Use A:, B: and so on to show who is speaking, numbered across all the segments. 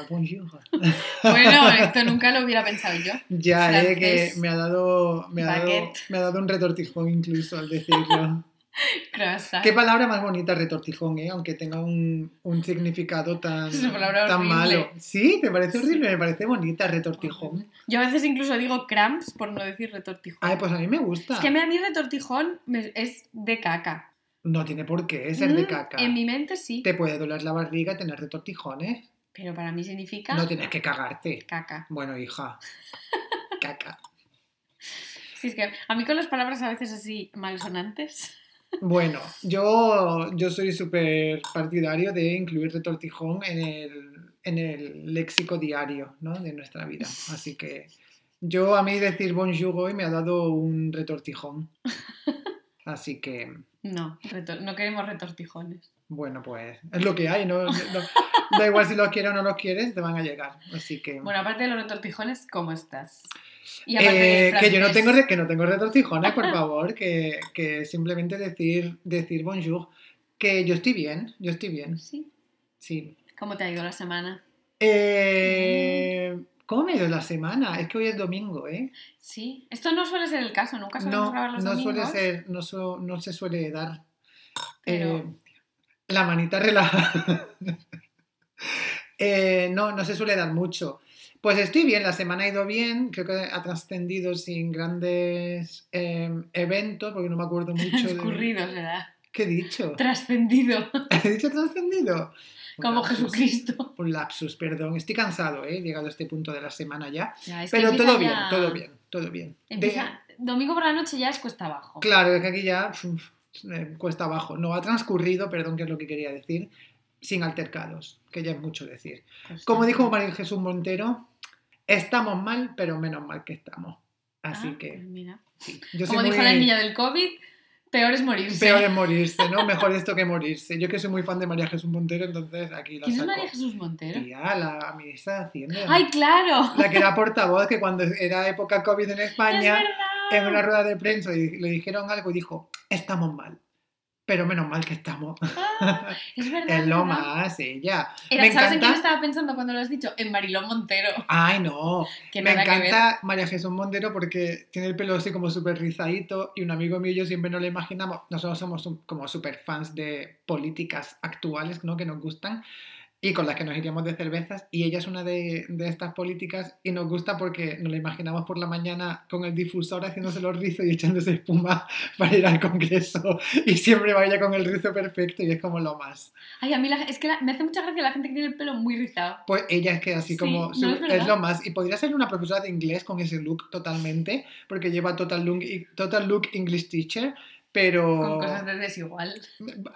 A: apoyo.
B: Bueno, esto nunca lo hubiera pensado yo.
A: Ya, eh, que
B: Francés.
A: me ha dado, me ha dado,
B: Baguette.
A: me ha dado un retortijón incluso al decirlo.
B: Croissant.
A: Qué palabra más bonita retortijón, ¿eh? aunque tenga un, un significado tan,
B: Es una palabra
A: tan
B: horrible.
A: malo. Sí, te parece
B: Sí.
A: horrible, me parece bonita retortijón.
B: Yo a veces incluso digo cramps por no decir retortijón.
A: Ay, pues a mí me gusta.
B: Es que a mí retortijón me- es de caca.
A: No tiene por qué ser de
B: Mm,
A: caca.
B: En mi mente sí,
A: Te puede doler la barriga y tener retortijones.
B: pero para mí significa
A: No tienes que cagarte.
B: caca.
A: Bueno, hija. Caca.
B: Sí, es que a mí con las palabras a veces así malsonantes.
A: Bueno, yo, yo soy súper partidario de incluir retortijón en el, en el léxico diario ¿no? de nuestra vida. Así que yo a mí decir bonjour hoy me ha dado un retortijón. Así que,
B: No, retor- no queremos retortijones.
A: bueno, pues es lo que hay. ¿no? No- da igual si los quieres o no los quieres, te van a llegar. Así que...
B: Bueno, aparte de los retortijones, ¿cómo estás? Y
A: Eh,
B: del
A: que yo no
B: francés,
A: tengo, re- que no tengo retortijones, por favor, que, que simplemente decir, decir bonjour, que yo estoy bien, yo estoy bien,
B: Sí.
A: sí.
B: ¿Cómo te ha ido la semana? Mm.
A: Eh, ¿Cómo me ha ido la semana? Es que hoy es domingo, ¿eh?
B: Sí. Esto no suele ser el caso, nunca solemos
A: No,
B: grabar los
A: no
B: domingos.
A: suele ser, eh, no, su- no se suele dar.
B: Pero-
A: Eh, la manita relajada. Eh, no, no se suele dar mucho. Pues estoy bien, la semana ha ido bien, creo que ha trascendido sin grandes eh, eventos, porque no me acuerdo mucho de...
B: Transcurrido, será.
A: ¿Qué he dicho?
B: Trascendido,
A: ¿He dicho trascendido?
B: como
A: Un lapsus,
B: Jesucristo.
A: Un lapsus, perdón. Estoy cansado, ¿eh? He llegado a este punto de la semana ya.
B: Ya, es que
A: Pero
B: empieza
A: todo
B: ya-
A: bien, todo bien, todo bien. De-
B: Empieza... Domingo por la noche ya es cuesta abajo.
A: claro, es que aquí ya uf, eh, cuesta abajo. No ha transcurrido, perdón, que es lo que quería decir, sin altercados, que ya es mucho decir.
B: Pues
A: Como
B: sí.
A: dijo María Jesús Montero, estamos mal, pero menos mal que estamos. Así
B: Ah, pues
A: que,
B: mira.
A: sí. Yo soy
B: Como dijo
A: muy-
B: la niña del COVID, peor es morirse.
A: Peor es morirse, ¿no? Mejor esto que morirse. Yo que soy muy fan de María Jesús Montero, entonces aquí la
B: ¿Quién es
A: saco.
B: María Jesús Montero?
A: Tía, la ministra de Hacienda.
B: ¡Ay, claro!
A: La que era portavoz, que cuando era época COVID en
B: ¡Es
A: España... en una
B: verdad!
A: rueda de prensa y le dijeron algo y dijo, estamos mal. Pero menos mal que estamos.
B: Ah, es verdad.
A: Es lo
B: verdad.
A: más, ella.
B: Era-
A: Me
B: ¿Sabes en
A: encanta-
B: quién estaba pensando cuando lo has dicho? En Marilón Montero.
A: Ay, no.
B: Que
A: Me
B: nada que ver.
A: encanta María Jesús Montero porque tiene el pelo así como súper rizadito y un amigo mío y yo siempre no le imaginamos. Nosotros somos un- como súper fans de políticas actuales, ¿no? Que nos gustan y con las que nos iríamos de cervezas. Y ella es una de, de estas políticas y nos gusta porque nos la imaginamos por la mañana con el difusor haciéndose los rizos y echándose espuma para ir al congreso. Y siempre va ella con el rizo perfecto y es como lo más.
B: Ay, a mí la- es que la- me hace mucha gracia la gente que tiene el pelo muy rizado.
A: Pues ella es que así
B: Sí,
A: como
B: no,
A: su-
B: es
A: es,
B: verdad.
A: lo más. Y podría ser una profesora de inglés con ese look totalmente, porque lleva total look, total look English teacher, pero
B: Con cosas de desigual.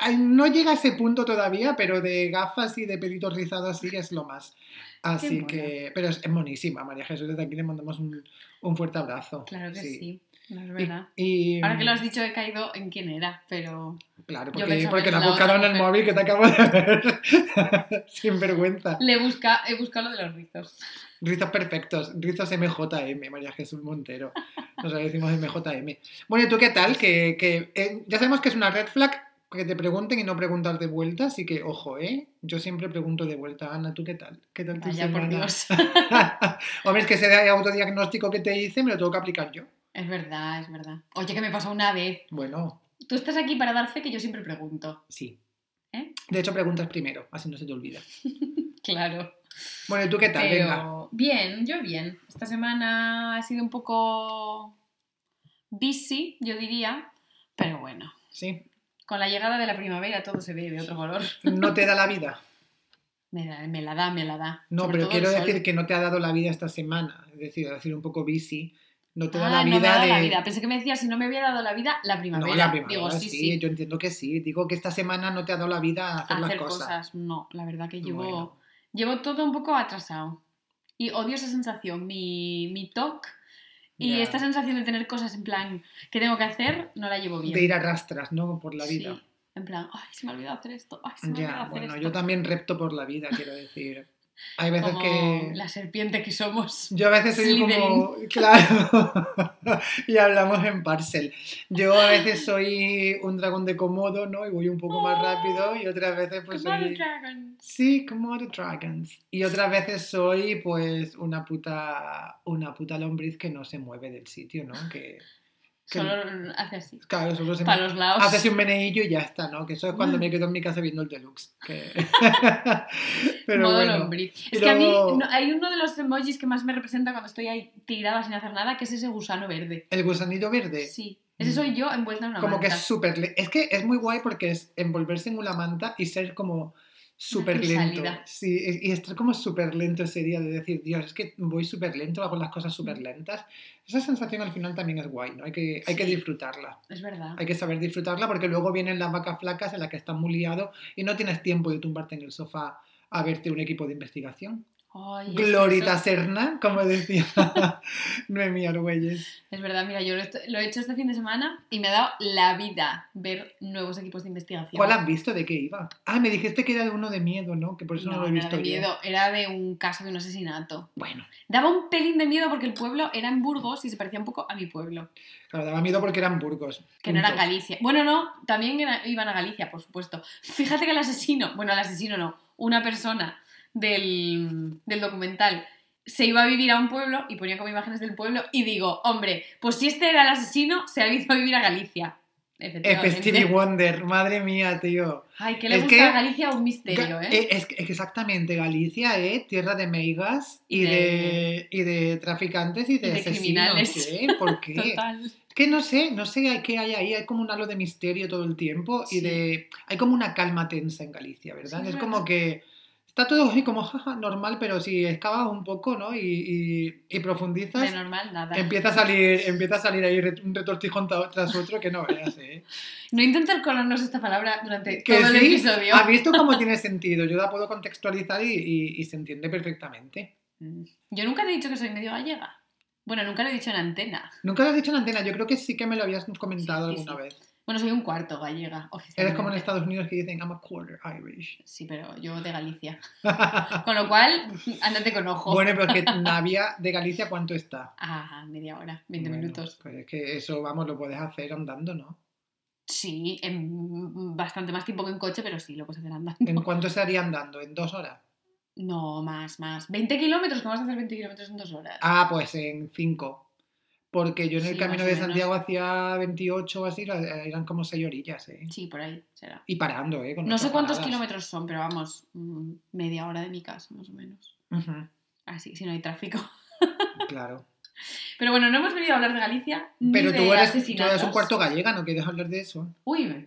A: Ay, no llega a ese punto todavía, pero de gafas y de pelitos rizados así es lo más. Así
B: mona.
A: que, pero es, es monísima, María Jesús, desde aquí le mandamos un, un fuerte abrazo.
B: Claro que sí. No es
A: Y-
B: verdad.
A: Y,
B: Ahora que lo has dicho he caído en quién era, pero...
A: Claro,
B: yo
A: porque,
B: pensaba
A: porque
B: en
A: la
B: la otra
A: buscaron en el
B: mujer.
A: móvil que te acabo de ver. Sin vergüenza.
B: Le busca... He buscado lo de los rizos.
A: Rizos perfectos, rizos MJM, María Jesús Montero. Nosotros decimos MJM. Bueno, ¿y tú qué tal? Que, que, eh, ya sabemos que es una red flag que te pregunten y no preguntar de vuelta, así que ojo, ¿eh? Yo siempre pregunto de vuelta, Ana, ¿tú qué tal? ¿Qué tal tu
B: Vaya, por
A: semana?
B: Dios.
A: Hombre, es que ese autodiagnóstico que te hice me lo tengo que aplicar yo.
B: Es verdad, es verdad. Oye, que me pasó una vez.
A: Bueno,
B: Tú estás aquí para dar fe que yo siempre pregunto.
A: sí.
B: ¿Eh?
A: De hecho, preguntas primero, así no se te olvida.
B: Claro.
A: Bueno, ¿y tú qué tal? Venga.
B: Pero bien, yo bien. Esta semana ha sido un poco busy, yo diría, pero bueno.
A: Sí.
B: Con la llegada de la primavera todo se ve de otro color.
A: ¿No te da la vida?
B: Me, da- me la da, me la da.
A: No,
B: Sobre
A: pero
B: todo el
A: quiero
B: sol.
A: decir que no te ha dado la vida esta semana. Es decir, decir un poco busy. No te da
B: Ah,
A: la vida
B: no me ha dado
A: de.
B: la vida. Pensé que me decías si no me había dado la vida, la
A: No,
B: primavera.
A: la primavera,
B: Digo, sí,
A: sí,
B: sí.
A: Yo entiendo que sí. Digo que esta semana no te ha dado la vida a hacer,
B: hacer
A: las
B: cosas.
A: cosas.
B: No, la verdad que llevo,
A: Bueno.
B: llevo todo un poco atrasado. Y odio esa sensación, mi, mi TOC. Y
A: Ya.
B: esta sensación de tener cosas en plan que tengo que hacer, no la llevo bien.
A: De ir a rastras, ¿no? Por la
B: Sí,
A: vida.
B: En plan, ay, se me ha olvidado hacer esto, ay, se me ha olvidado
A: ya,
B: hacer
A: bueno,
B: esto.
A: yo también repto por la vida, quiero decir. Hay veces
B: como
A: que...
B: la serpiente que somos.
A: Yo a veces soy como, claro, y hablamos en parcel. Yo a veces soy un dragón de comodo, ¿no? Y voy un poco más rápido y otras veces pues
B: Come on,
A: soy...
B: dragons.
A: Sí, como the dragons. Y otras veces soy pues una puta, una puta lombriz que no se mueve del sitio, ¿no? Que, que-
B: Solo hace así.
A: claro, solo se
B: Para los lados.
A: Haces un meneillo y ya está, ¿no? Que eso es
B: Mm.
A: cuando me quedo en mi casa viendo el deluxe. que- Pero
B: modo
A: bueno.
B: lombriz. Es
A: Y
B: que a mí
A: luego-
B: no- hay uno de los emojis que más me representa cuando estoy ahí tirada sin hacer nada, que es ese gusano verde.
A: El gusanito verde.
B: Sí. Ese soy yo envuelta en una
A: como que es
B: manta.
A: súper le- es que es muy guay porque es envolverse en una manta y ser como súper lento
B: crisálida.
A: sí es- y estar como súper lento ese día de decir dios es que voy súper lento hago las cosas
B: Mm.
A: súper lentas esa sensación al final también es guay no hay que hay que
B: Sí.
A: disfrutarla
B: Es verdad.
A: hay que saber disfrutarla porque luego vienen las vacas flacas en las que estás muy liado y no tienes tiempo de tumbarte en el sofá a verte un equipo de investigación
B: Ay, es que
A: glorita
B: eso-
A: serna como decía Noemí Argüelles
B: Es verdad, mira, yo lo, est- lo he hecho este fin de semana y me ha dado la vida ver nuevos equipos de investigación.
A: ¿cuál has visto de qué iba? ah me dijiste que era de uno de miedo ¿no? que por eso pues no,
B: No,
A: lo he
B: no
A: visto
B: era de
A: yo.
B: miedo, era de un caso de un asesinato.
A: Bueno,
B: Daba un pelín de miedo porque el pueblo era en Burgos y se parecía un poco a mi pueblo,
A: claro, daba miedo porque eran Burgos.
B: que no era
A: Punto.
B: Galicia. Bueno, no, también era- iban a Galicia, por supuesto. Fíjate que el asesino, bueno, el asesino no, una persona del, del documental se iba a vivir a un pueblo y ponía como imágenes del pueblo y digo, hombre, pues si este era el asesino, se ha ido a vivir a Galicia.
A: F. Stevie
B: Efectivamente.
A: Wonder, madre mía, tío.
B: Ay, que le
A: Es
B: gusta
A: que-
B: a Galicia un misterio,
A: Ga-
B: ¿eh?
A: eh, Es, que- es que exactamente, Galicia, ¿eh? Tierra de meigas y,
B: Y
A: de...
B: de-
A: y de traficantes y de,
B: y de
A: asesinos,
B: criminales.
A: ¿eh? ¿Por qué?
B: Total.
A: Es que no sé, no sé hay- qué hay ahí. Hay como un halo de misterio todo el tiempo y
B: Sí.
A: de... Hay como una calma tensa en Galicia, ¿verdad?
B: Sí,
A: es
B: es
A: como
B: verdad.
A: que... Está todo así como jaja, normal, pero si excavas un poco, ¿no? Y, y- y profundizas,
B: De normal, nada.
A: empieza a salir, empieza a salir ahí re- un retortijón ta- tras otro que no veas, ¿eh?
B: No intentar colarnos esta palabra durante
A: Que
B: todo el
A: sí,
B: episodio.
A: ¿Has visto cómo tiene sentido? Yo la puedo contextualizar y, y- y se entiende perfectamente.
B: Mm. Yo nunca te he dicho que soy medio gallega. Bueno, nunca lo he dicho en antena.
A: Nunca lo has dicho en antena, yo creo que sí que me lo habías comentado
B: Sí, sí,
A: alguna vez.
B: Bueno, soy un cuarto gallega,
A: Eres como
B: oficialmente.
A: en Estados Unidos que dicen I'm a quarter Irish.
B: Sí, pero yo de Galicia. Con lo cual, andate con ojo.
A: bueno, pero es que Navia de Galicia, ¿cuánto está?
B: Ah, media hora, 20
A: Bueno,
B: minutos.
A: Pues es que eso, vamos, lo puedes hacer andando, ¿no?
B: Sí, en bastante más tiempo que en coche, pero sí, lo puedes hacer andando.
A: ¿En cuánto se haría andando? ¿En dos horas?
B: No, más, más. 20 kilómetros, ¿cómo vas a hacer 20 kilómetros en dos horas?
A: Ah, pues en cinco. Porque yo en el
B: Sí, más
A: camino
B: o
A: de
B: menos.
A: Santiago hacía 28 o así, la- eran como seis orillas, ¿eh?
B: Sí, por ahí será.
A: Y parando, ¿eh? Con
B: No sé
A: otras
B: cuántos
A: paradas.
B: kilómetros son, pero vamos, mm, media hora de mi casa, más o menos. Así, si no hay tráfico.
A: Ujú, claro.
B: Pero bueno, no hemos venido a hablar de Galicia. ni
A: Pero
B: de
A: tú eres, tú
B: asesinatos.
A: eres un cuarto gallega, no quieres hablar de eso.
B: Uy,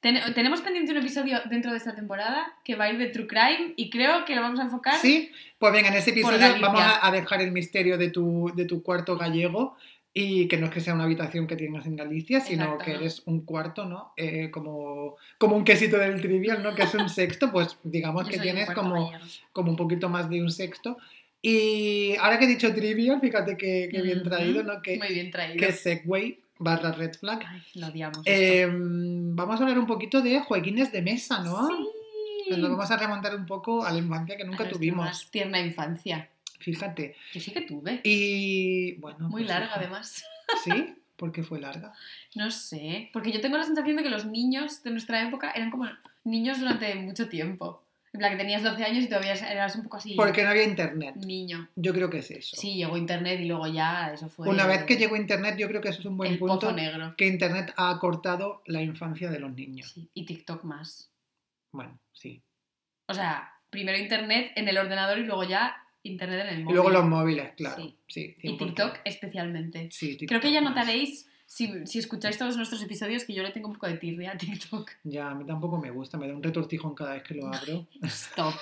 B: ten- tenemos pendiente un episodio dentro de esta temporada que va a ir de True Crime y creo que lo vamos a enfocar.
A: Sí, pues venga, en ese episodio
B: Galicia.
A: vamos a, a dejar el misterio de tu, de tu cuarto gallego y que no es que sea una habitación que tengas en Galicia, sino
B: Exacto,
A: que
B: ¿no?
A: eres un cuarto, ¿no? Eh, como, como un quesito del trivial, ¿no? Que es un sexto, pues digamos
B: Yo
A: que
B: soy un
A: tienes
B: cuarto
A: como,
B: gallego.
A: como un poquito más de un sexto. Y ahora que he dicho trivial, fíjate que, que bien
B: Ujú,
A: traído, ¿no? Que,
B: Muy bien Ah, traído.
A: que Segway barra red flag.
B: Ay, lo odiamos.
A: Eh, vamos a hablar un poquito de jueguines de mesa,
B: esto.
A: ¿no?
B: Sí.
A: Nos vamos a remontar un poco a la infancia que
B: A
A: nunca
B: nuestra
A: tuvimos.
B: Más tierna infancia.
A: Fíjate.
B: Yo sí que tuve.
A: Y bueno.
B: Muy
A: pues,
B: larga,
A: hija.
B: además.
A: Sí, porque fue larga.
B: No sé. Porque yo tengo la sensación de que los niños de nuestra época eran como niños durante mucho tiempo. En plan, que tenías 12 años y todavía eras un poco así.
A: Porque no había internet.
B: Niño.
A: Yo creo que es eso.
B: Sí, llegó internet y luego ya eso fue.
A: Una vez que llegó internet, yo creo que eso es un buen
B: el
A: punto.
B: pozo negro.
A: Que internet ha acortado la infancia de los niños.
B: Sí, y TikTok más.
A: Bueno, sí.
B: O sea, primero internet en el ordenador y luego ya internet en el
A: Y
B: móvil.
A: luego los móviles, claro.
B: Sí.
A: Sí,
B: Y
A: 100%.
B: TikTok especialmente.
A: Sí, TikTok
B: Creo que ya
A: más.
B: notaréis, si, si escucháis todos nuestros episodios, que yo le tengo un poco de tirria a TikTok.
A: Ya, a mí tampoco me gusta, me da un retortijón cada vez que lo abro.
B: Stop.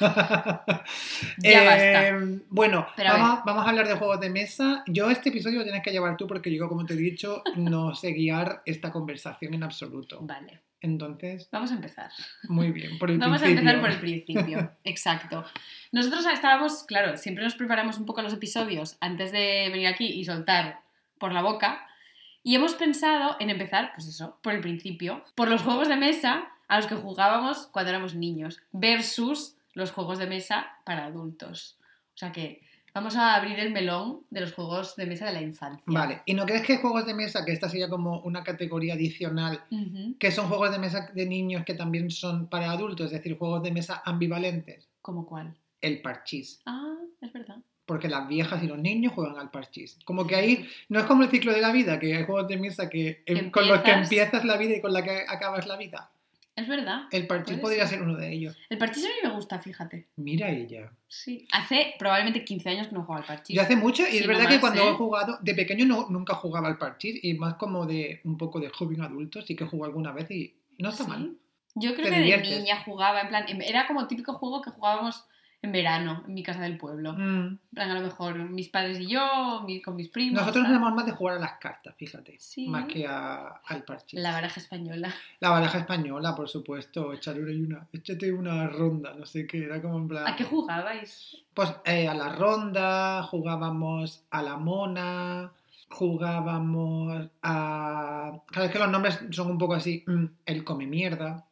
A: Eh,
B: Ya
A: Bueno,
B: Pero a
A: vamos, vamos a hablar de juegos de mesa. Yo este episodio lo tienes que llevar tú porque yo, como te he dicho, no sé guiar esta conversación en absoluto.
B: Vale,
A: Entonces,
B: vamos a empezar.
A: muy bien. Por el
B: Vamos a
A: principio.
B: empezar por el principio, exacto. Nosotros estábamos, claro, siempre nos preparamos un poco los episodios antes de venir aquí y soltar por la boca. Y hemos pensado en empezar, pues eso, por el principio, por los juegos de mesa a los que jugábamos cuando éramos niños, versus los juegos de mesa para adultos. O sea que vamos a abrir el melón de los juegos de mesa de la infancia.
A: Vale, ¿y no crees que juegos de mesa, que esta sería como una categoría adicional,
B: Ujú.
A: que son juegos de mesa de niños que también son para adultos, es decir, juegos de mesa ambivalentes?
B: ¿Cómo cuál?
A: El parchís,
B: Ah, es verdad.
A: porque las viejas y los niños juegan al parchís. Como que ahí no es como el ciclo de la vida, que hay juegos de mesa que, em,
B: Que
A: con los que
B: empiezas.
A: empiezas la vida y con la que acabas la vida.
B: Es verdad.
A: El parchís
B: Puede
A: podría
B: ser.
A: ser uno de ellos.
B: El parchís a mí me gusta, fíjate.
A: Mira ella.
B: Sí. Hace probablemente 15 años que no juego al parchís.
A: Yo hace mucho, y
B: Sí,
A: es verdad
B: no
A: que
B: más,
A: cuando
B: ¿eh?
A: he jugado, de pequeño no, nunca jugaba al parchís, y más como de un poco de joven adulto, sí que jugué alguna vez y no está
B: Sí.
A: mal.
B: Yo creo
A: Te
B: que de
A: diviertes.
B: niña jugaba, en plan, en- era como típico juego que jugábamos en verano, en mi casa del pueblo.
A: Mm.
B: En plan, a lo mejor mis padres y yo, mi- con mis primos.
A: Nosotros
B: tal.
A: éramos más de jugar a las cartas, fíjate,
B: Sí.
A: más que a- al parchís.
B: La baraja española.
A: La baraja española, por supuesto, echarle una, échate una ronda, no sé qué, era como en plan...
B: ¿A qué jugabais?
A: Pues eh, a la ronda, jugábamos a la mona, jugábamos a. Claro, es que los nombres son un poco así: mm, el come mierda,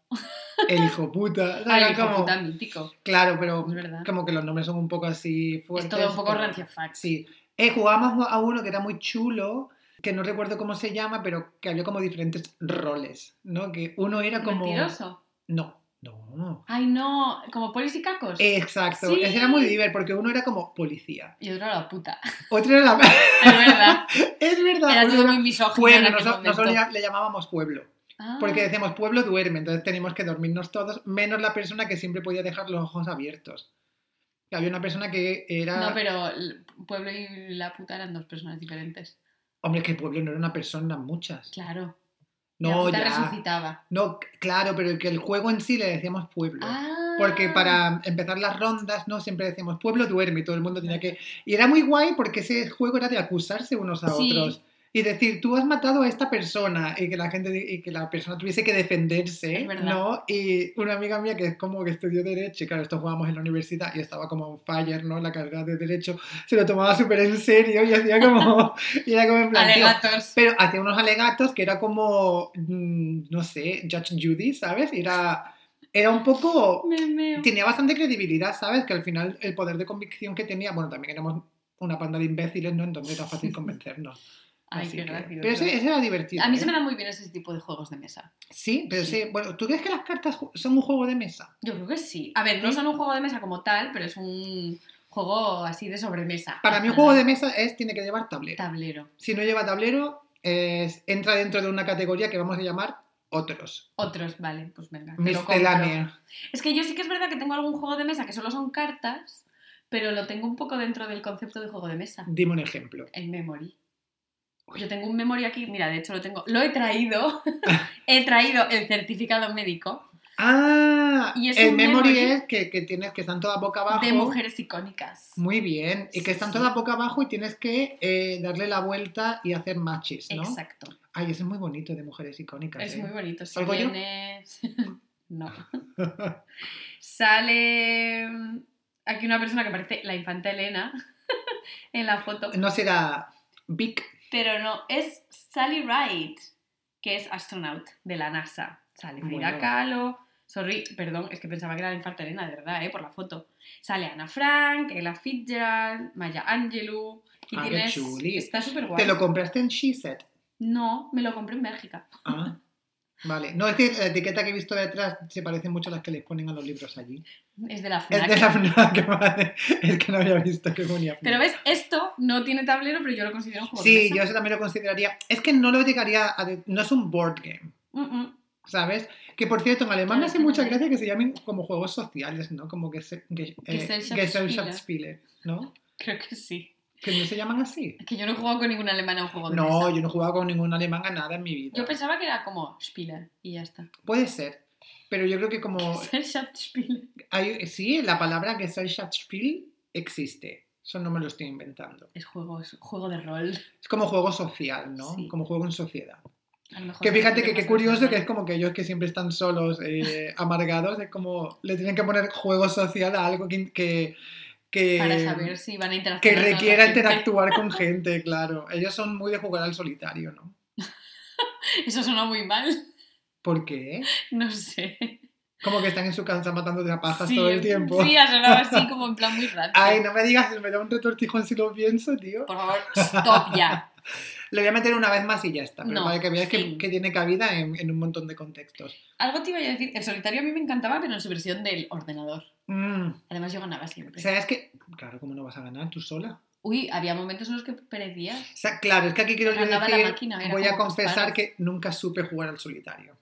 A: el hijo puta.
B: Al
A: ¿sabes? Como-
B: puta mítico.
A: Claro, pero
B: Es verdad.
A: como que los nombres son un poco así
B: Es
A: fuertes.
B: todo un poco
A: pero-
B: ranciafax.
A: Sí. Eh, jugábamos a uno que era muy chulo, que no recuerdo cómo se llama, pero que había como diferentes roles, ¿no? Que uno era como.
B: ¿Mentiroso?
A: No, no.
B: Ay, no. ¿Como polis y cacos?
A: Eh. Exacto,
B: Sí.
A: ese era muy divertido porque uno era como policía,
B: Y otro la puta.
A: otro era la,
B: Es verdad.
A: Es verdad.
B: Era
A: uno
B: todo
A: era
B: muy misógino en
A: pueblo,
B: aquel
A: nosotros,
B: momento.
A: nosotros ya- le llamábamos pueblo,
B: Ah,
A: porque decíamos pueblo duerme, entonces teníamos que dormirnos todos, menos la persona que siempre podía dejar los ojos abiertos. Que había una persona que era...
B: No, pero el pueblo y la puta eran dos personas diferentes.
A: Hombre, que pueblo no era una persona, muchas.
B: Claro. la
A: No,
B: puta
A: ya.
B: resucitaba.
A: No, c- claro, pero que el juego en sí le decíamos pueblo.
B: Ah.
A: Porque para empezar las rondas, ¿no? Siempre decíamos, pueblo duerme, y todo el mundo tenía que... Y era muy guay porque ese juego era de acusarse unos a
B: Sí.
A: otros. Y decir, tú has matado a esta persona, y que la gente, y que la persona tuviese que defenderse,
B: Es verdad.
A: ¿no? Y una amiga mía que es como que estudió Derecho, y claro, esto jugábamos en la universidad, y estaba como on fire, ¿no? La carrera de Derecho, se lo tomaba súper en serio, y hacía como... y era como en plan, "Tío,
B: Alegatos.
A: pero hacía unos alegatos que era como, mm, no sé, Judge Judy, ¿sabes? Era, era un poco...
B: Me meo.
A: Tenía bastante credibilidad, ¿sabes? Que al final el poder de convicción que tenía, bueno, también éramos una panda de imbéciles, ¿no? Entonces era fácil convencernos.
B: Ay,
A: Así
B: qué
A: que-
B: gracioso.
A: Pero ese, ese era divertido.
B: A mí
A: ¿eh?
B: se me dan muy bien ese tipo de juegos de mesa.
A: Sí, pero
B: Sí.
A: sí. Bueno, ¿tú crees que las cartas ju- son un juego de mesa?
B: Yo creo que sí. A ver, no
A: ¿Sí?
B: son un juego de mesa como tal, pero es un juego así de sobremesa.
A: Para mí un juego de mesa es, tiene que llevar tablero.
B: Tablero.
A: Si no lleva tablero, es- entra dentro de una categoría que vamos a llamar otros.
B: Otros, vale, pues venga. te lo compro.
A: Miscelánea.
B: Es que yo sí que es verdad que tengo algún juego de mesa que solo son cartas, pero lo tengo un poco dentro del concepto de juego de mesa.
A: Dime un ejemplo.
B: El memory. Yo tengo un memory aquí, mira, de hecho lo tengo, lo he traído, he traído el certificado médico
A: Ah,
B: Y es
A: el
B: un
A: memory,
B: memory.
A: es que, que tienes que están todas boca abajo.
B: de mujeres icónicas.
A: Muy bien, y
B: Sí,
A: que están
B: sí.
A: todas boca abajo y tienes que eh, darle la vuelta y hacer matches, ¿no?
B: Exacto.
A: Ay, ese es muy bonito de mujeres icónicas.
B: Es
A: ¿eh?
B: muy bonito. Si
A: ¿Salgo yo?
B: vienes- no. Sale mm, aquí una persona que parece la infanta Elena en la foto,
A: No será Vic.
B: pero no, es Sally Wright, que es astronaut de la NASA. Sale Frida
A: Bueno.
B: Kahlo. Sorry, perdón, es que pensaba que era la infanta Elena, de verdad, ¿eh? por la foto. Sale Ana Frank, Ella Fitzgerald, Maya Angelou. Y
A: Ah, qué
B: tienes-
A: chuli.
B: Está súper guay.
A: ¿Te lo compraste en Sheset?
B: No, me lo compré en Bélgica.
A: Ah, vale. No, es que la etiqueta que he visto detrás se parece mucho a las que les ponen a los libros allí.
B: Es de la
A: Es
B: FNAC.
A: de la FNAC, vale. Es que no había visto que ponía
B: Pero
A: FNAC.
B: ves, esto no tiene tablero, pero yo lo considero un juego de
A: Sí,
B: mesa.
A: yo eso también lo consideraría. Es que no lo llegaría a... de- No es un board game.
B: Mm, mm.
A: ¿Sabes? Que por cierto, en alemán
B: Claro,
A: me hace
B: claro.
A: mucha gracia que se llamen como juegos sociales, ¿no? Como que se. Que, eh,
B: Gesellschaftsspiele.
A: Gesellschaftsspiele, ¿no?
B: Creo que sí.
A: Que no se llaman así.
B: Es que yo no he jugado con ningún alemán a un juego de mesa.
A: No, yo no he jugado con ningún alemán a nada en mi vida.
B: Yo pensaba que era como Spieler y ya está.
A: Puede ser. Pero yo creo que como.
B: Gesellschaftsspiele.
A: hay- sí, la palabra Gesellschaftsspiel existe. Eso no me lo estoy inventando.
B: Es juego, es juego de rol.
A: Es como juego social, ¿no?
B: Sí.
A: Como juego en sociedad.
B: A lo mejor
A: Que
B: sí,
A: fíjate
B: pero
A: que qué
B: más
A: curioso que es
B: personal.
A: como que ellos que siempre están solos, eh, amargados, es como le tienen que poner juego social a algo que, que, que-
B: Para saber si van a
A: que
B: interactuar. con
A: requiera
B: otra gente.
A: interactuar con gente, claro. Ellos son muy de jugar al solitario, ¿no?
B: Eso suena muy mal.
A: ¿Por qué?
B: No sé.
A: Como que están en su casa matando de pajas
B: Sí,
A: todo el tiempo.
B: Sí, ha sonado así como en plan muy raro.
A: Ay, no me digas, me da un retortijón si lo pienso, tío.
B: Por favor, stop ya.
A: Le voy a meter una vez más y ya está. Pero
B: No,
A: para que veas que,
B: fin.
A: que tiene cabida en, en un montón de contextos.
B: Algo te iba a decir. El solitario a mí me encantaba, pero en su versión del ordenador.
A: Mm,
B: Además, yo ganaba siempre.
A: ¿Sabes qué? Claro, ¿cómo no vas a ganar tú sola?
B: Uy, había momentos en los que perdías.
A: O sea, claro, es que aquí quiero yo
B: Ganaba la
A: decir,
B: máquina, era
A: voy a
B: como
A: confesar
B: Kasparov.
A: que nunca supe jugar al solitario.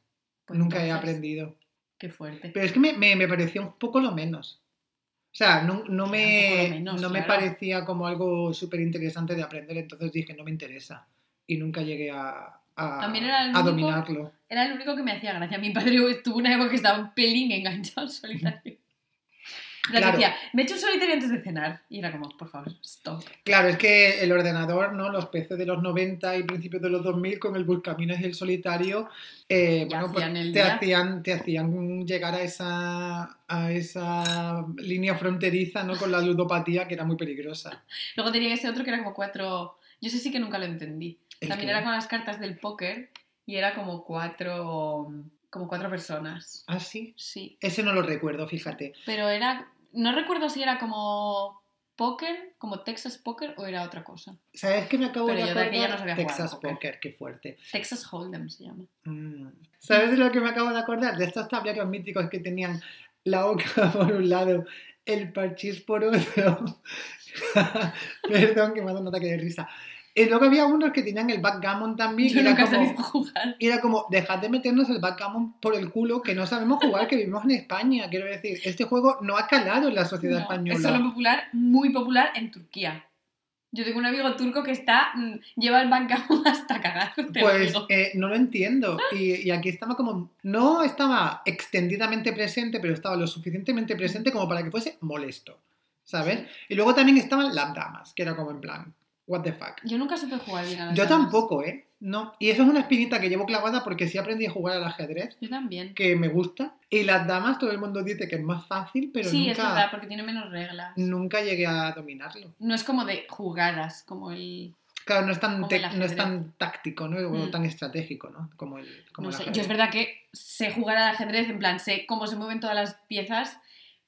B: Pues
A: nunca he
B: entonces,
A: aprendido.
B: Qué fuerte.
A: Pero es que me, me- me pareció un poco lo menos. O sea, no, no
B: Era un poco
A: me,
B: lo menos,
A: no me
B: claro.
A: parecía como algo súper interesante de aprender, entonces dije, no me interesa. Y nunca llegué a, a,
B: A mí era el
A: a
B: único-
A: dominarlo.
B: Era el único que me hacía gracia. Mi padre tuvo una época que estaba un pelín enganchado al solitario. La
A: Claro.
B: decía, me he hecho un solitario antes de cenar. Y era como, por favor, stop.
A: Claro, es que el ordenador, ¿no? Los PC de los 90 y principios de los 2000 con el Buscaminas y el Solitario, eh,
B: Ya
A: bueno, pues
B: hacían el
A: te,
B: día.
A: hacían, te hacían llegar a esa, a esa línea fronteriza, ¿no? Con la ludopatía que era muy peligrosa.
B: Luego tenía ese otro que era como cuatro. Yo sé sí que nunca lo entendí.
A: El
B: También
A: que-
B: era con las cartas del póker y era como cuatro. como cuatro personas.
A: Ah, sí.
B: Sí.
A: Ese no lo recuerdo, fíjate.
B: Pero era. No recuerdo si era como póker, como Texas Póker o era otra cosa.
A: ¿Sabes qué me acabo
B: Pero
A: de
B: yo de aquella
A: acordar?
B: no sabía jugar al
A: Texas
B: póker.
A: Poker, qué fuerte.
B: Texas Hold'em se llama.
A: Mm. ¿Sabes de lo que me acabo de acordar? De estos tableros míticos que tenían la oca por un lado, el parchís por otro. Perdón, que me ha dado un ataque de risa. Y luego había unos que tenían el backgammon también.
B: Yo
A: y era
B: nunca
A: como,
B: sabía jugar.
A: y era como, dejad de meternos el backgammon por el culo, que no sabemos jugar, que vivimos en España. Quiero decir, este juego no ha calado en la sociedad
B: No,
A: española.
B: es solo popular, muy popular en Turquía. Yo tengo un amigo turco que está. mm, lleva el bancao hasta cagar. Te lo
A: Pues
B: digo. Ah.
A: eh, no lo entiendo. Y, y aquí estaba como. No estaba extendidamente presente, pero estaba lo suficientemente presente como para que fuese molesto. ¿Sabes? Y luego también estaban las damas, que era como en plan, what the fuck.
B: Yo nunca supe jugar bien a las
A: Yo
B: damas.
A: tampoco, ¿eh? No. Y eso es una espinita que llevo clavada porque sí aprendí a jugar al ajedrez,
B: Yo también.
A: que me gusta. Y las damas, todo el mundo dice que es más fácil, pero
B: sí, es verdad,
A: nunca,
B: porque tiene menos reglas.
A: nunca llegué a dominarlo.
B: No es como de jugadas, como el.
A: Claro, no es tan,
B: Como
A: tec-
B: el
A: no es
B: ajedrez.
A: tan táctico, ¿no? O
B: Mm.
A: tan estratégico, ¿no? Como el, como
B: no
A: el
B: sé.
A: ajedrez.
B: Yo es verdad que sé jugar al ajedrez, en plan, sé cómo se mueven todas las piezas,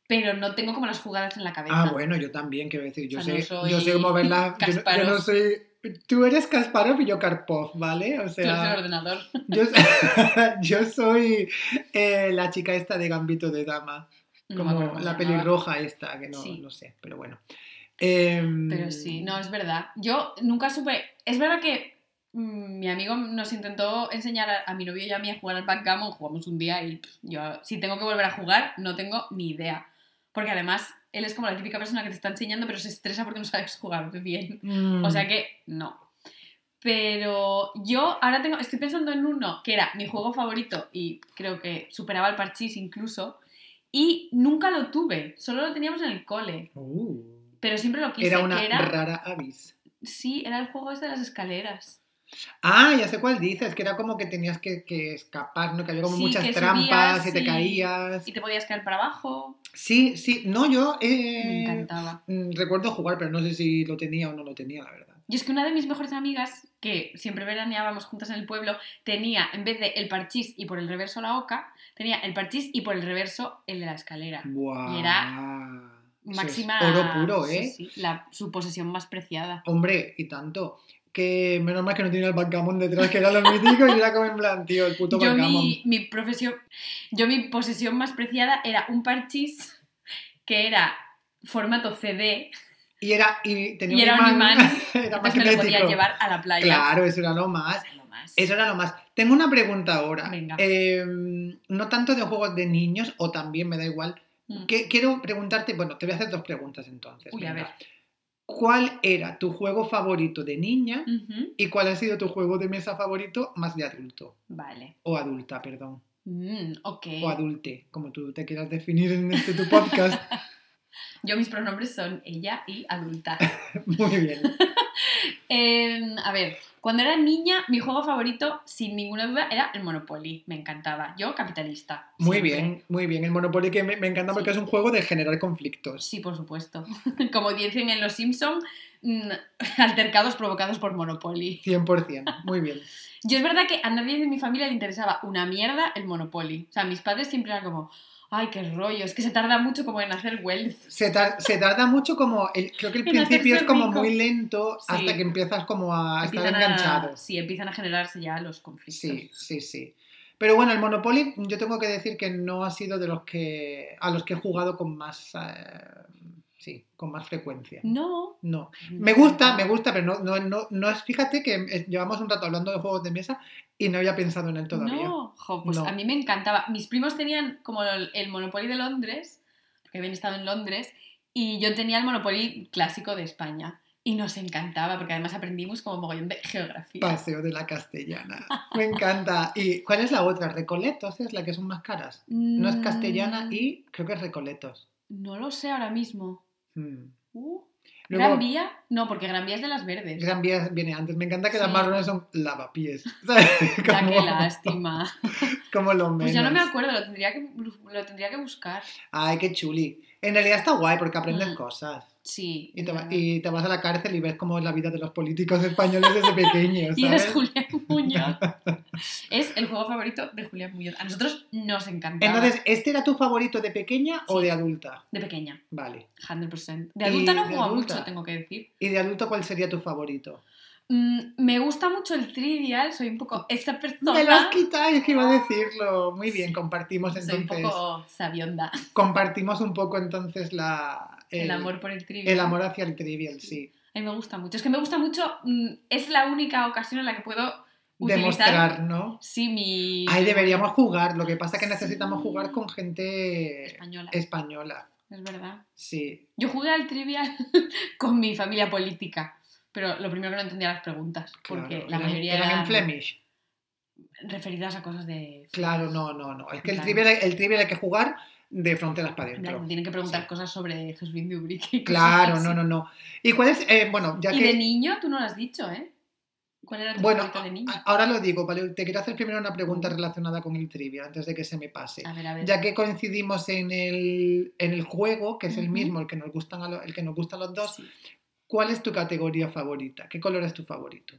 B: pero no tengo como las jugadas en la cabeza.
A: Ah, bueno, yo también, quiero decir, yo,
B: O sea, no
A: sé,
B: soy
A: yo sé mover la... Yo, no- yo no
B: Kasparov.
A: soy... Tú eres Kasparov y yo Karpov, ¿vale?
B: Tú
A: O
B: eres el
A: sea,
B: ordenador.
A: yo, yo soy eh, la chica esta de Gambito de Dama,
B: No me acuerdo
A: como
B: cómo
A: la
B: se llamaba.
A: pelirroja esta, que no,
B: Sí.
A: no sé, pero bueno. Em,
B: Pero sí, no, es verdad. Yo nunca supe. Es verdad que mm, mi amigo nos intentó enseñar a, a mi novio y a mí a jugar al backgammon. Jugamos un día y pff, yo, si tengo que volver a jugar, no tengo ni idea. Porque además, él es como la típica persona que te está enseñando, pero se estresa porque no sabes jugar bien.
A: mm,
B: O sea que no. Pero yo ahora tengo, estoy pensando en uno que era mi juego favorito y creo que superaba al parchís incluso. Y nunca lo tuve, solo lo teníamos en el cole.
A: uh,
B: Pero siempre lo quise.
A: era una
B: que era...
A: rara avis.
B: Sí, era el juego este de las escaleras.
A: Ah, ya sé cuál dices, que era como que tenías que, que escapar, ¿no? Que había como
B: Sí,
A: muchas
B: que
A: trampas
B: subías
A: y te
B: y-
A: caías.
B: Y te podías caer para abajo.
A: Sí, sí, no, yo... eh,
B: Me encantaba.
A: Mm, Recuerdo jugar, pero no sé si lo tenía o no lo tenía, la verdad.
B: Y es que una de mis mejores amigas, que siempre veraneábamos juntas en el pueblo, tenía, en vez de el parchís y por el reverso la oca, tenía el parchís y por el reverso el de la escalera.
A: Buah.
B: Y era
A: Eso es
B: Máxima.
A: oro puro,
B: sí,
A: ¿eh?
B: sí, la, su posesión más preciada.
A: Hombre, y tanto. Que menos mal que no tenía el backgammon detrás, que era lo mítico, y era como en plan, tío, el puto
B: Yo
A: backgammon.
B: mi, mi profesión, yo mi posesión más preciada era un parchís que era formato CD
A: Y era, y tenía
B: y era un imán.
A: era
B: Entonces me lo podía
A: magnético.
B: llevar a la playa.
A: Claro, eso era lo más.
B: Lo más.
A: Eso era lo más. Tengo una pregunta ahora.
B: Venga.
A: Eh, no tanto de juegos de niños, o también me da igual.
B: Mm.
A: Que- quiero preguntarte, bueno, te voy a hacer dos preguntas entonces.
B: Uy, a
A: venga.
B: ver.
A: ¿Cuál era tu juego favorito de niña?
B: Ujú.
A: ¿Y cuál ha sido tu juego de mesa favorito más de adulto?
B: Vale.
A: O adulta, perdón.
B: Mm, ok.
A: O adulte, como tú te quieras definir en este tu podcast.
B: Yo mis pronombres son ella y adulta.
A: Muy bien.
B: Em, a ver, cuando era niña, mi juego favorito, sin ninguna duda, era el Monopoly. Me encantaba. Yo, capitalista.
A: Muy
B: siempre.
A: bien, muy bien. El Monopoly que me, me encanta porque
B: Sí.
A: es un juego de generar conflictos.
B: Sí, por supuesto. Como dicen en Los Simpson, mm, altercados provocados por Monopoly.
A: 100%. Muy bien.
B: Yo es verdad que a nadie de mi familia le interesaba una mierda el Monopoly. O sea, mis padres siempre eran como, Ay, qué rollo. Es que se tarda mucho como en hacer wealth.
A: Se, tar- se tarda mucho como... el- creo que el
B: En
A: principio es
B: hacerse
A: como
B: rico.
A: muy lento
B: Sí.
A: hasta que empiezas como a estar
B: Empiezan a-
A: enganchado.
B: sí, empiezan a generarse ya los conflictos.
A: Sí, sí, sí. Pero bueno, el Monopoly yo tengo que decir que no ha sido de los que a los que he jugado con más eh, sí, con más frecuencia.
B: No.
A: No. Me gusta, me gusta, pero no, no, no, no es, fíjate que eh, llevamos un rato hablando de juegos de mesa y no había pensado en él todavía.
B: No, jo, pues
A: No.
B: a mí me encantaba. Mis primos tenían como el, el Monopoly de Londres, porque habían estado en Londres, y yo tenía el Monopoly clásico de España. Y nos encantaba, porque además aprendimos como mogollón de geografía.
A: Paseo de la Castellana. Me encanta. ¿Y cuál es la otra? ¿Recoletos es la que son más caras? No es Castellana
B: Mm,
A: y creo que es Recoletos.
B: No lo sé ahora mismo.
A: Mm.
B: Uh,
A: Luego-
B: ¿Gran Vía? No, porque Gran Vía es de las verdes.
A: Gran Vía viene antes. Me encanta que las
B: Sí.
A: marrones son lavapiés. ¿sabes?
B: Ya, qué
A: Como-
B: lástima.
A: Como lo menos.
B: Pues ya no me acuerdo, lo tendría que, lo tendría que buscar.
A: Ay, qué chuli. En realidad está guay porque aprendes
B: Mm.
A: cosas.
B: Sí.
A: Y te,
B: es
A: va-
B: verdad.
A: y te vas a la cárcel y ves cómo es la vida de los políticos españoles desde pequeños.
B: Y
A: ¿sabes?
B: eres Julián Muñoz. es el juego favorito de Julián Muñoz. A nosotros nos encantaba.
A: Entonces, ¿este era tu favorito de pequeña o
B: Sí.
A: de adulta?
B: de pequeña,
A: Vale.
B: 100%. De
A: Y
B: adulta no
A: de
B: jugaba
A: adulta.
B: mucho, tengo que decir.
A: ¿Y de adulto cuál sería tu favorito?
B: Mm, me gusta mucho el trivial, soy un poco esa
A: Me lo has
B: persona.
A: quitado, es que iba a decirlo. Muy bien, compartimos
B: Soy un
A: entonces.
B: poco sabionda.
A: Compartimos un poco entonces la.
B: El, amor por el trivial.
A: el amor hacia el trivial, sí.
B: A mí me gusta mucho. Es que me gusta mucho. mm, es la única ocasión en la que puedo utilizar.
A: Demostrar, ¿no?
B: Sí, mi.
A: Ahí deberíamos jugar, lo que pasa es que
B: Sí.
A: necesitamos jugar con gente
B: Española. Es...
A: española.
B: verdad.
A: Sí,
B: Yo jugué al trivial con mi familia política. Pero lo primero que no entendía las preguntas.
A: claro.
B: Porque la
A: Eran-
B: mayoría
A: eran en
B: eran
A: Flemish.
B: referidas a cosas de.
A: Claro, no, no, no. Es que el
B: Claro.
A: trivial, el trivial hay que jugar de fronteras para
B: En plan,
A: adentro.
B: me tienen que preguntar
A: Sí.
B: cosas sobre Jesuín de Ubrique. y cosas
A: Claro,
B: así.
A: no, no, no. ¿Y cuál es? eh, bueno, ya
B: Y
A: que.
B: de niño, tú no lo has dicho, ¿eh? ¿Cuál era tu
A: Bueno, ah,
B: favorito de niño?
A: a- ahora lo digo, ¿vale? Te quiero hacer primero una pregunta relacionada con el trivial antes de que se me pase.
B: A ver, a ver.
A: Ya que coincidimos en el, en el juego, que es el
B: Ujú.
A: mismo, el que nos gustan a lo- el que nos gustan los dos,
B: Sí.
A: ¿cuál es tu categoría favorita? ¿Qué color es tu favorito?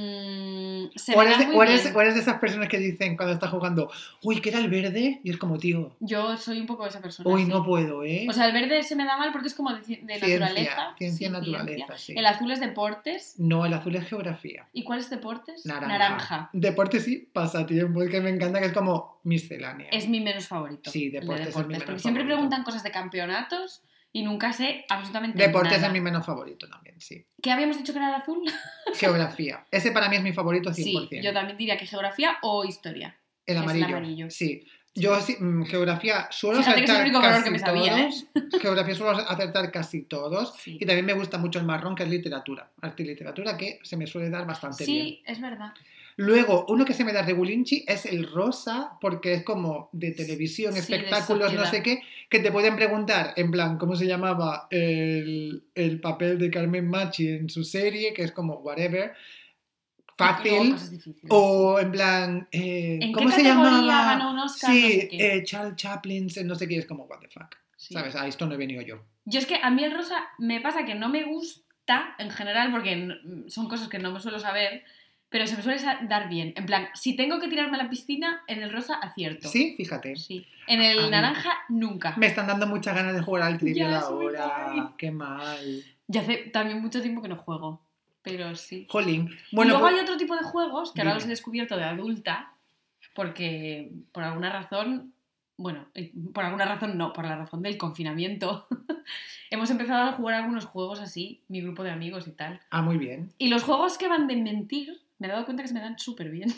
B: Mm, se
A: O
B: me da
A: eres, de,
B: muy
A: o eres-
B: bien.
A: o eres de esas personas que dicen cuando estás jugando, uy, que era el verde, y es como, tío,
B: Yo soy un poco esa persona.
A: uy,
B: sí.
A: no puedo, ¿eh?
B: O sea, el verde se me da mal porque es como de, ci- de
A: ciencia,
B: naturaleza.
A: ciencia
B: sí,
A: naturaleza,
B: ciencia.
A: sí.
B: El azul es deportes.
A: No, el azul es geografía.
B: ¿Y cuál es deportes?
A: Naranja.
B: Naranja.
A: Deporte sí, pasatiempo, es que me encanta, que es como miscelánea.
B: Es mi menos favorito.
A: Sí,
B: el de
A: deportes es mi menos
B: porque siempre
A: favorito.
B: preguntan cosas de campeonatos y nunca sé absolutamente
A: Deportes
B: nada.
A: es mi menos favorito también, sí.
B: ¿Qué habíamos dicho que era el azul?
A: Geografía. Ese para mí es mi favorito 100%.
B: Sí, yo también diría que geografía o historia.
A: el,
B: es el
A: amarillo.
B: amarillo.
A: Sí. Yo sí, mm, geografía suelo
B: Fíjate que es el único
A: acertar casi
B: color que me sabía, ¿eh?
A: todos. Geografía suelo acertar casi todos.
B: Sí.
A: Y también me gusta mucho el marrón, que es literatura. Arte y literatura, que se me suele dar bastante bien.
B: Sí, es verdad.
A: Luego, uno que se me da regulinchi es el rosa, porque es como de televisión,
B: Sí, de
A: espectáculos, no
B: sociedad.
A: sé qué, que te pueden preguntar, en plan, ¿cómo se llamaba el, el papel de Carmen Machi en su serie? Que es como, whatever,
B: Y luego
A: fácil.
B: cosas difíciles.
A: O en plan, eh,
B: ¿En
A: ¿cómo
B: qué
A: se
B: categoría
A: llamaba?
B: ganó un Oscar?
A: sí,
B: No sé qué.
A: eh, Charles Chaplin, se- no sé qué, es como, what the fuck.
B: Sí.
A: ¿Sabes? A esto no he venido yo.
B: Yo es que a mí el rosa me pasa que no me gusta en general porque n- son cosas que no me suelo saber, pero se me suele sa- dar bien. En plan, si tengo que tirarme a la piscina, en el rosa acierto.
A: Sí, fíjate.
B: Sí. En
A: A
B: el
A: mí-
B: naranja, nunca.
A: Me están dando muchas ganas de jugar al trivial
B: Ya, es muy
A: ahora.
B: guay.
A: Qué mal.
B: Ya hace también mucho tiempo que no juego, pero sí.
A: Jolín.
B: y
A: Bueno,
B: luego
A: pues-
B: hay otro tipo de juegos que ahora
A: Dime.
B: los he descubierto de adulta, porque por alguna razón, bueno, eh, por alguna razón no, por la razón del confinamiento, hemos empezado a jugar algunos juegos así, mi grupo de amigos y tal.
A: Ah, muy bien.
B: Y los juegos que van de mentir, me he dado cuenta que se me dan súper bien.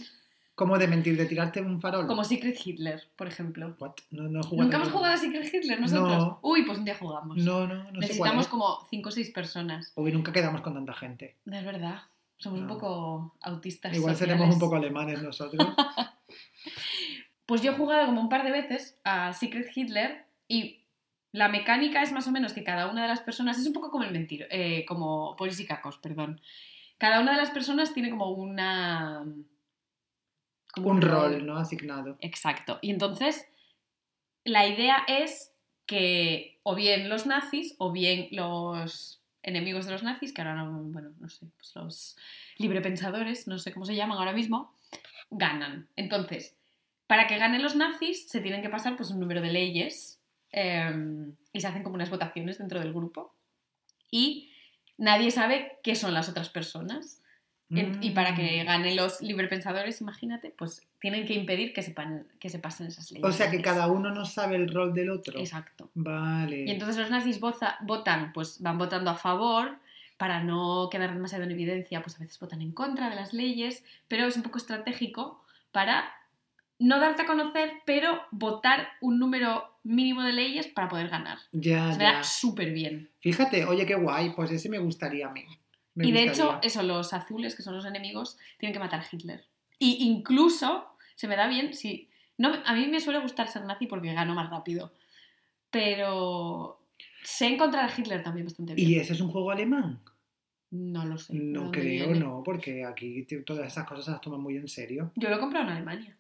A: ¿Cómo de mentir? ¿De tirarte un farol?
B: Como Secret Hitler, por ejemplo.
A: What? No, no he jugado
B: Nunca hemos
A: ninguno.
B: jugado a Secret Hitler nosotros.
A: No.
B: Uy, pues un día jugamos.
A: No, no, no sé cuál
B: Necesitamos
A: es.
B: como 5 o 6 personas.
A: Uy, nunca quedamos con tanta gente.
B: No es verdad. Somos un
A: No.
B: poco autistas.
A: Ah. Igual seremos
B: sociales.
A: un poco alemanes nosotros.
B: Pues yo he jugado como un par de veces a Secret Hitler y la mecánica es más o menos que cada una de las personas es un poco como el mentiro, eh, como polis y cacos, perdón. Cada una de las personas tiene como una como
A: un rol, ¿no? Asignado.
B: Exacto. Y entonces la idea es que o bien los nazis o bien los enemigos de los nazis, que ahora no, bueno, no sé, pues los librepensadores, no sé cómo se llaman ahora mismo, ganan. Entonces, Para que ganen los nazis se tienen que pasar pues, un número de leyes eh, y se hacen como unas votaciones dentro del grupo. Y nadie sabe qué son las otras personas. En- Y para
A: Mm.
B: que ganen los librepensadores, imagínate, pues tienen que impedir que, sepan, que se pasen esas leyes.
A: O sea que
B: antes.
A: cada uno no sabe el rol del otro.
B: Exacto.
A: Vale.
B: Y entonces los nazis voza- votan, pues van votando a favor para no quedar demasiado en evidencia, pues a veces votan en contra de las leyes, pero es un poco estratégico para no darte a conocer, pero votar un número mínimo de leyes para poder ganar.
A: ya,
B: Se me da
A: ya.
B: súper bien.
A: Fíjate, oye, qué guay, pues ese me gustaría a mí. Me
B: y de
A: gustaría.
B: hecho, eso, los azules, que son los enemigos, tienen que matar a Hitler. Y incluso, se me da bien si... No, a mí me suele gustar ser nazi porque gano más rápido. Pero sé encontrar a Hitler también bastante bien.
A: ¿Y ese es un juego alemán?
B: No lo sé. ¿de
A: No
B: dónde
A: creo,
B: viene?
A: no, porque aquí te- todas esas cosas se las toman muy en serio.
B: Yo lo he comprado en Alemania.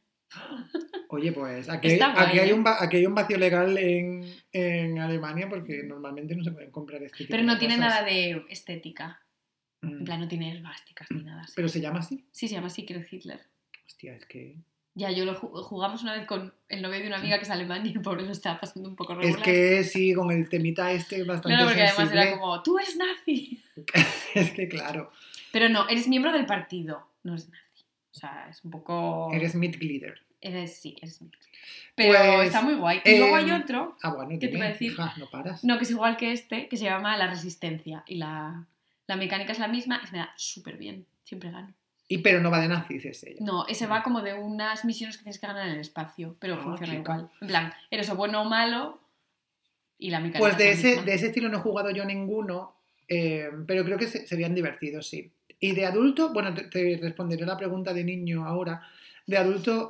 A: Oye, pues aquí, hay-
B: Está guay,
A: aquí, hay,
B: ¿eh?
A: un, va- aquí hay un vacío legal en, en Alemania porque normalmente no se pueden comprar este tipo
B: Pero no
A: de
B: tiene
A: cosas.
B: nada de estética.
A: Mm,
B: En plan, no tiene esvásticas ni nada. así.
A: Pero se llama así.
B: Sí, se llama Secret Hitler.
A: Hostia, es que...
B: Ya, yo lo ju- jugamos una vez con el novio de una amiga que es alemán y el pobre lo estaba pasando un poco
A: Es
B: regular.
A: que sí, con el temita este bastante
B: Claro, porque además
A: sensible.
B: era como, tú eres nazi.
A: Es que claro,
B: Pero no, eres miembro del partido, no eres nazi. O sea, es un poco...
A: eres Mitglieder.
B: Eres- sí, eres nazi. Pero
A: Pues,
B: está muy guay. Y luego
A: em,
B: hay otro,
A: Ah, bueno,
B: ¿Qué te
A: dime,
B: iba a decir?
A: hija, no paras.
B: no, que es igual que este, que se llama La Resistencia. Y la, la mecánica es la misma y se me da súper bien. Siempre gano.
A: Y pero no va de nazis es ella.
B: No, ese va como de unas misiones que tienes que ganar en el espacio, pero
A: Ah,
B: funciona
A: chica.
B: igual. En plan, eres o bueno o malo y la mecánica.
A: Pues de
B: es la
A: ese,
B: misma.
A: de ese estilo no he jugado yo ninguno, eh, pero creo que se- serían divertidos, sí. Y de adulto, bueno, te, te responderé la pregunta de niño ahora. De adulto,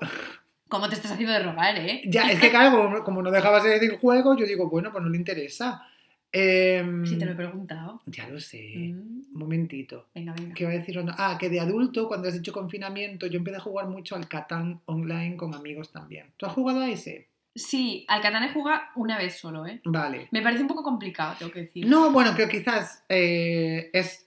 B: ¿Cómo te estás haciendo de rogar, eh?
A: ya, es que claro, como, como no dejabas de decir juego, yo digo, bueno, pues no le interesa. Em,
B: Si te lo he preguntado.
A: Ya lo sé.
B: Mm,
A: Un momentito.
B: Venga, venga.
A: Eh. ¿Qué va a decir? o no? Ah, que de adulto, cuando has hecho confinamiento, yo empecé a jugar mucho al Catán online con amigos también. ¿Tú has jugado a ese?
B: Sí, al Catán he jugado una vez solo, eh.
A: Vale.
B: Me parece un poco complicado, tengo que decir.
A: No, bueno, creo que quizás eh, es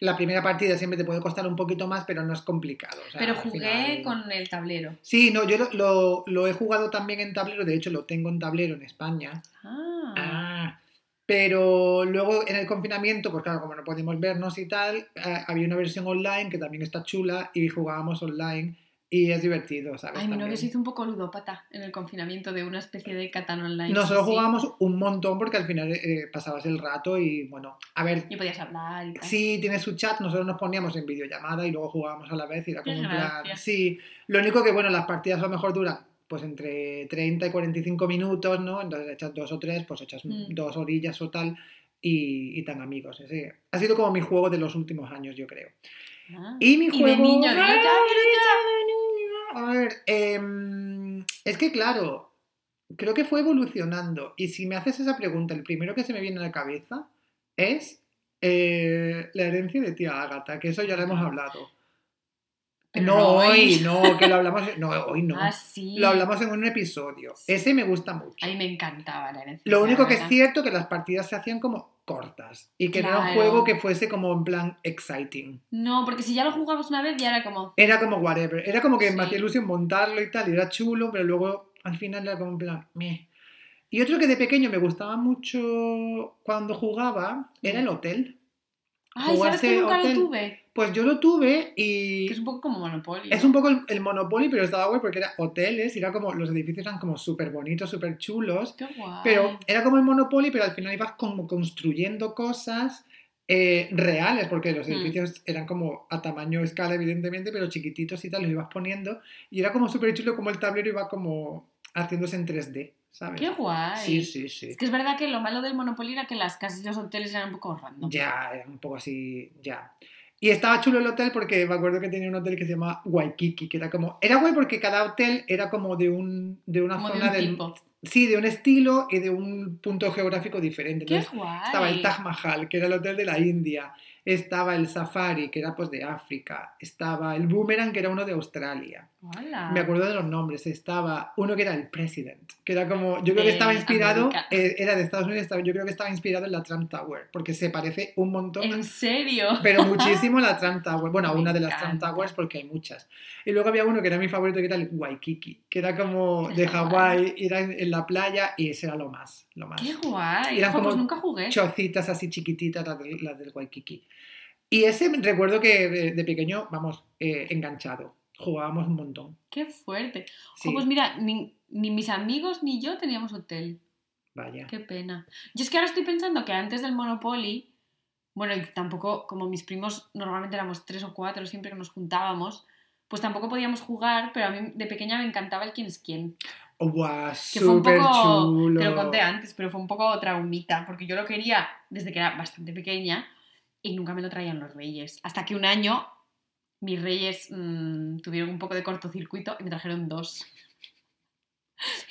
A: la primera partida, siempre te puede costar un poquito más, pero no es complicado. o sea,
B: pero
A: al
B: jugué
A: final-
B: con el tablero.
A: Sí, no, yo lo, lo- lo he jugado también en tablero, de hecho lo tengo en tablero en España.
B: Ah.
A: Ah. Pero luego en el confinamiento, pues claro, como no podíamos vernos y tal, eh, había una versión online que también está chula y jugábamos online y es divertido, ¿sabes?
B: Ay, mi novio
A: pues También.
B: se hizo un poco ludópata en el confinamiento de una especie de Catán online.
A: Nosotros
B: sí, sí.
A: jugábamos un montón porque al final eh, pasabas el rato y bueno, a ver,
B: Y podías hablar y tal.
A: Sí, tiene su chat, nosotros nos poníamos en videollamada y luego jugábamos a la vez y era como
B: Qué
A: en plan...
B: gracia.
A: Sí, lo único que, bueno, las partidas a lo mejor duran pues entre 30 y 45 minutos, ¿no? Entonces echas dos o tres, pues echas
B: Mm.
A: dos orillas o tal y, y tan amigos. Ese ha sido como mi juego de los últimos años, yo creo.
B: Ah.
A: Y mi
B: de
A: juego...
B: niño, ¡ah, dilo ya, dilo
A: A ver, em, es que claro, creo que fue evolucionando. Y si me haces esa pregunta, el primero que se me viene a la cabeza es eh, la herencia de tía Ágata, que eso ya lo hemos hablado.
B: Ah, Pero
A: no,
B: no
A: hoy,
B: hoy.
A: no, que lo hablamos. No, hoy no.
B: Ah, sí.
A: Lo hablamos en un episodio. Ese me gusta
B: A
A: mucho.
B: mí me encantaba la herencia.
A: Lo único que es
B: sí
A: cierto que las partidas se hacían como cortas y que no era un
B: Claro.
A: juego que fuese como en plan exciting.
B: No, porque si ya lo jugabas una vez, ya era como.
A: Era como whatever. Era como que me
B: Sí.
A: hacía ilusión montarlo y tal, y era chulo, pero luego al final era como en plan, meh. Y otro que de pequeño me gustaba mucho cuando jugaba era
B: Mm.
A: el hotel.
B: Ay, ¿sabes
A: Jugarse
B: que nunca
A: hotel.
B: lo tuve?
A: Pues yo lo tuve y
B: Que es un poco como Monopoly.
A: es
B: ¿no?
A: un poco el, el Monopoly, pero estaba guay porque era hoteles y era como, los edificios eran como súper bonitos, súper chulos.
B: Qué guay.
A: Pero era como el Monopoly, pero al final ibas como construyendo cosas eh, reales, porque los
B: Mm.
A: edificios eran como a tamaño escala, evidentemente, pero chiquititos y tal, los ibas poniendo. Y era como súper chulo como el tablero iba como haciéndose en 3D, ¿sabes?
B: Qué guay.
A: Sí, sí, sí.
B: Es que es verdad que lo malo del Monopoly era que las casas y los hoteles eran un poco random.
A: Ya, era un poco así, ya. Y estaba chulo el hotel porque me acuerdo que tenía un hotel que se llamaba Waikiki, que era como... Era guay porque cada hotel era como de, un, de una
B: como de
A: zona
B: un
A: del...
B: tipo.
A: Sí, de un estilo y de un punto geográfico diferente.
B: Qué
A: Entonces,
B: guay.
A: Estaba el Taj Mahal, que era el hotel de la India. estaba el Safari, que era pues de África, estaba el Boomerang, que era uno de Australia.
B: Hola.
A: Me acuerdo de los nombres, estaba uno que era el President, que era como, yo creo que
B: De
A: estaba inspirado,
B: América.
A: eh, era de Estados Unidos, estaba- yo creo que estaba inspirado en la Trump Tower, porque se parece un montón
B: ¿En serio?
A: pero muchísimo la Trump Tower. Bueno, a
B: Me
A: una de las Trump
B: encanta.
A: Towers porque hay muchas. Y luego había uno que era mi favorito, que era el Waikiki, que era como
B: De
A: de
B: Hawái.
A: Hawái, era en, en la playa y ese era lo más, lo más.
B: ¡Qué guay!
A: Eran
B: Jo, pues
A: como
B: nunca jugué.
A: Chocitas así chiquititas, las del, las del Waikiki. Y ese me recuerdo que de, de pequeño, vamos, eh, enganchado. Jugábamos un montón.
B: ¡Qué fuerte! Jo,
A: Sí,
B: Oh, pues mira, ni, ni mis amigos ni yo teníamos hotel.
A: vaya.
B: Qué pena. Yo es que ahora estoy pensando que antes del Monopoly, bueno, y tampoco, como mis primos normalmente éramos tres o cuatro siempre que nos juntábamos, pues tampoco podíamos jugar, pero a mí de pequeña me encantaba el quién es quién.
A: ¡Guau!
B: Que fue un
A: Súper
B: poco,
A: chulo.
B: te lo conté antes, pero fue un poco traumita, porque yo lo quería desde que era bastante pequeña y nunca me lo traían los reyes. Hasta que un año mis reyes mm, tuvieron un poco de cortocircuito y me trajeron dos.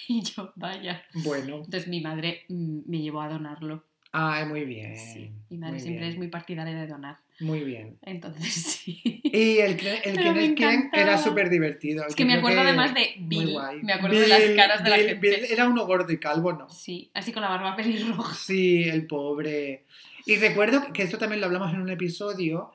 B: y yo, vaya.
A: Bueno,
B: Entonces mi madre mm, me llevó a donarlo.
A: ay, muy bien.
B: Sí, mi madre
A: muy
B: siempre
A: bien,
B: es muy partidaria de donar.
A: Muy bien.
B: Entonces sí.
A: Y el, cre- el
B: Pero
A: quién
B: me
A: es quién era
B: encantaba.
A: súper divertido.
B: Es que me acuerdo además de
A: Muy
B: Bill.
A: guay.
B: Me acuerdo de
A: Bill,
B: las caras de la
A: Bill,
B: gente.
A: Bill era uno gordo y calvo, ¿no?
B: Sí, así con la barba pelirroja.
A: Sí, el pobre. Y recuerdo que esto también lo hablamos en un episodio,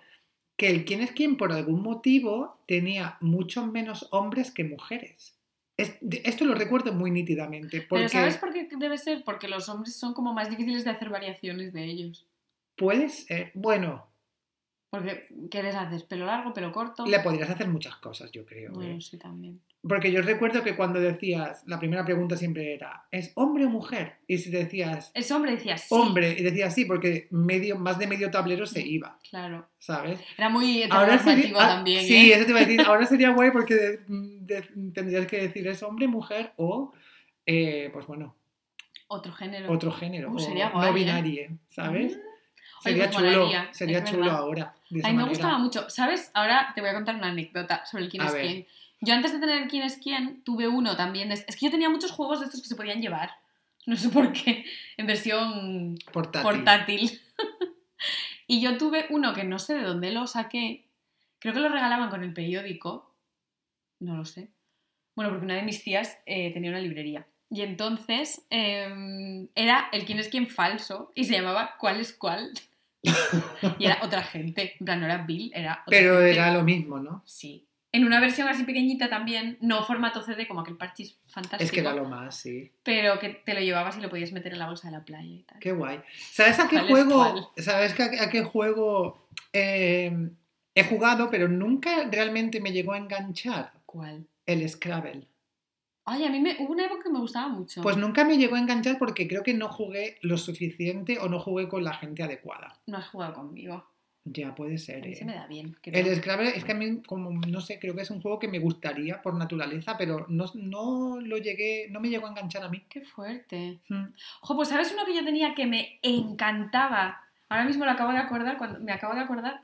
A: que el quién es quién por algún motivo tenía muchos menos hombres que mujeres. Es- de- esto lo recuerdo muy nítidamente, porque
B: Pero ¿sabes por qué debe ser? Porque los hombres son como más difíciles de hacer variaciones de ellos.
A: puede ser, bueno,
B: Porque, ¿qué les haces? ¿Pelo largo, pelo corto?
A: le podrías hacer muchas cosas, yo creo. ¿eh?
B: Bueno, sí, también.
A: Porque yo recuerdo que cuando decías, la primera pregunta siempre era, ¿es hombre o mujer? Y si decías
B: Ese hombre decía sí.
A: hombre, y decías sí, porque medio, más de medio tablero se iba,
B: Claro.
A: ¿sabes?
B: Era muy
A: Ahora sería,
B: heteronormativo
A: ah,
B: también,
A: sí,
B: ¿eh?
A: eso te iba a decir. Ahora sería guay porque de- de- tendrías que decir es hombre, mujer o, eh, pues bueno,
B: Otro género.
A: otro género.
B: Uh,
A: o
B: sería
A: no
B: guay,
A: binario, ¿sabes?
B: Mm. Oye,
A: Sería
B: pues
A: chulo,
B: molaría,
A: sería
B: es
A: chulo
B: verdad.
A: ahora. de
B: A
A: esa
B: mí me
A: manera.
B: gustaba mucho. ¿Sabes? Ahora te voy a contar una anécdota sobre el quién
A: A
B: es
A: ver.
B: quién. Yo antes de tener el quién es quién, tuve uno también. de- Es que yo tenía muchos juegos de estos que se podían llevar. No sé por qué. En versión
A: Portátil.
B: portátil. y yo tuve uno que no sé de dónde lo saqué. Creo que lo regalaban con el periódico. No lo sé. Bueno, porque una de mis tías eh, tenía una librería. Y entonces eh, era el quién es quién falso y se llamaba cuál es cuál. y era otra gente. En plan, no era Bill, era otra
A: Pero
B: gente.
A: era lo mismo, ¿no?
B: Sí. En una versión así pequeñita también, no formato CD como aquel parchís fantástico,
A: Es que era lo más, sí.
B: pero que te lo llevabas y lo podías meter en la bolsa de la playa y tal.
A: Qué guay. ¿Sabes a qué
B: ¿Cuál es
A: juego?
B: cuál?
A: ¿Sabes que a, a qué juego eh, he jugado, pero nunca realmente me llegó a enganchar?
B: ¿Cuál?
A: El Scrabble.
B: Ay, a mí me, hubo una época que me gustaba mucho.
A: Pues nunca me llegó a enganchar porque creo que no jugué lo suficiente o no jugué con la gente adecuada.
B: no has jugado conmigo.
A: Ya puede
B: A
A: ser.
B: mí
A: ¿eh?
B: se me da bien. creo.
A: El Scrabble es que a mí, como no sé, creo que es un juego que me gustaría por naturaleza, pero no, no lo llegué, no me llegó a enganchar a mí.
B: Qué fuerte.
A: Mm.
B: Ojo, pues sabes uno que yo tenía que me encantaba. Ahora mismo lo acabo de acordar cuando me acabo de acordar.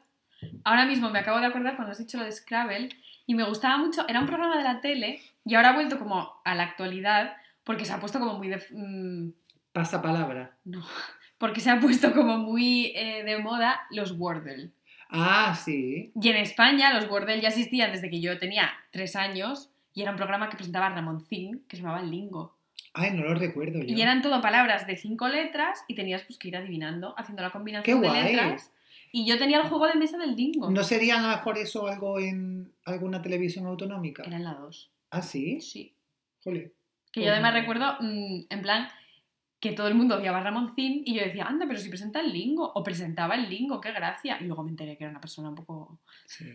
B: Ahora mismo me acabo de acordar cuando has dicho lo de Scrabble y me gustaba mucho. Era un programa de la tele y ahora ha vuelto como a la actualidad porque se ha puesto como muy de, mm,
A: Pasa palabra.
B: no, porque se ha puesto como muy eh, de moda los Wordle.
A: Ah, sí.
B: Y en España los Wordle ya existían desde que yo tenía tres años y era un programa que presentaba Ramoncín que se llamaba Lingo.
A: Ay, no lo recuerdo yo.
B: Y eran todo palabras de cinco letras y tenías pues que ir adivinando, haciendo la
A: Qué
B: combinación de
A: guay.
B: letras. Y yo tenía el juego de mesa del Lingo.
A: ¿No sería a lo mejor eso algo en alguna televisión autonómica?
B: Era en la 2.
A: Ah, sí.
B: Sí.
A: Jole.
B: Que
A: Pues
B: yo además
A: no.
B: recuerdo, mm, en plan, que todo el mundo odiaba a Ramoncín y yo decía, anda, pero si presenta el Lingo. O presentaba el Lingo, qué gracia. Y luego me enteré que era una persona un poco
A: Sí,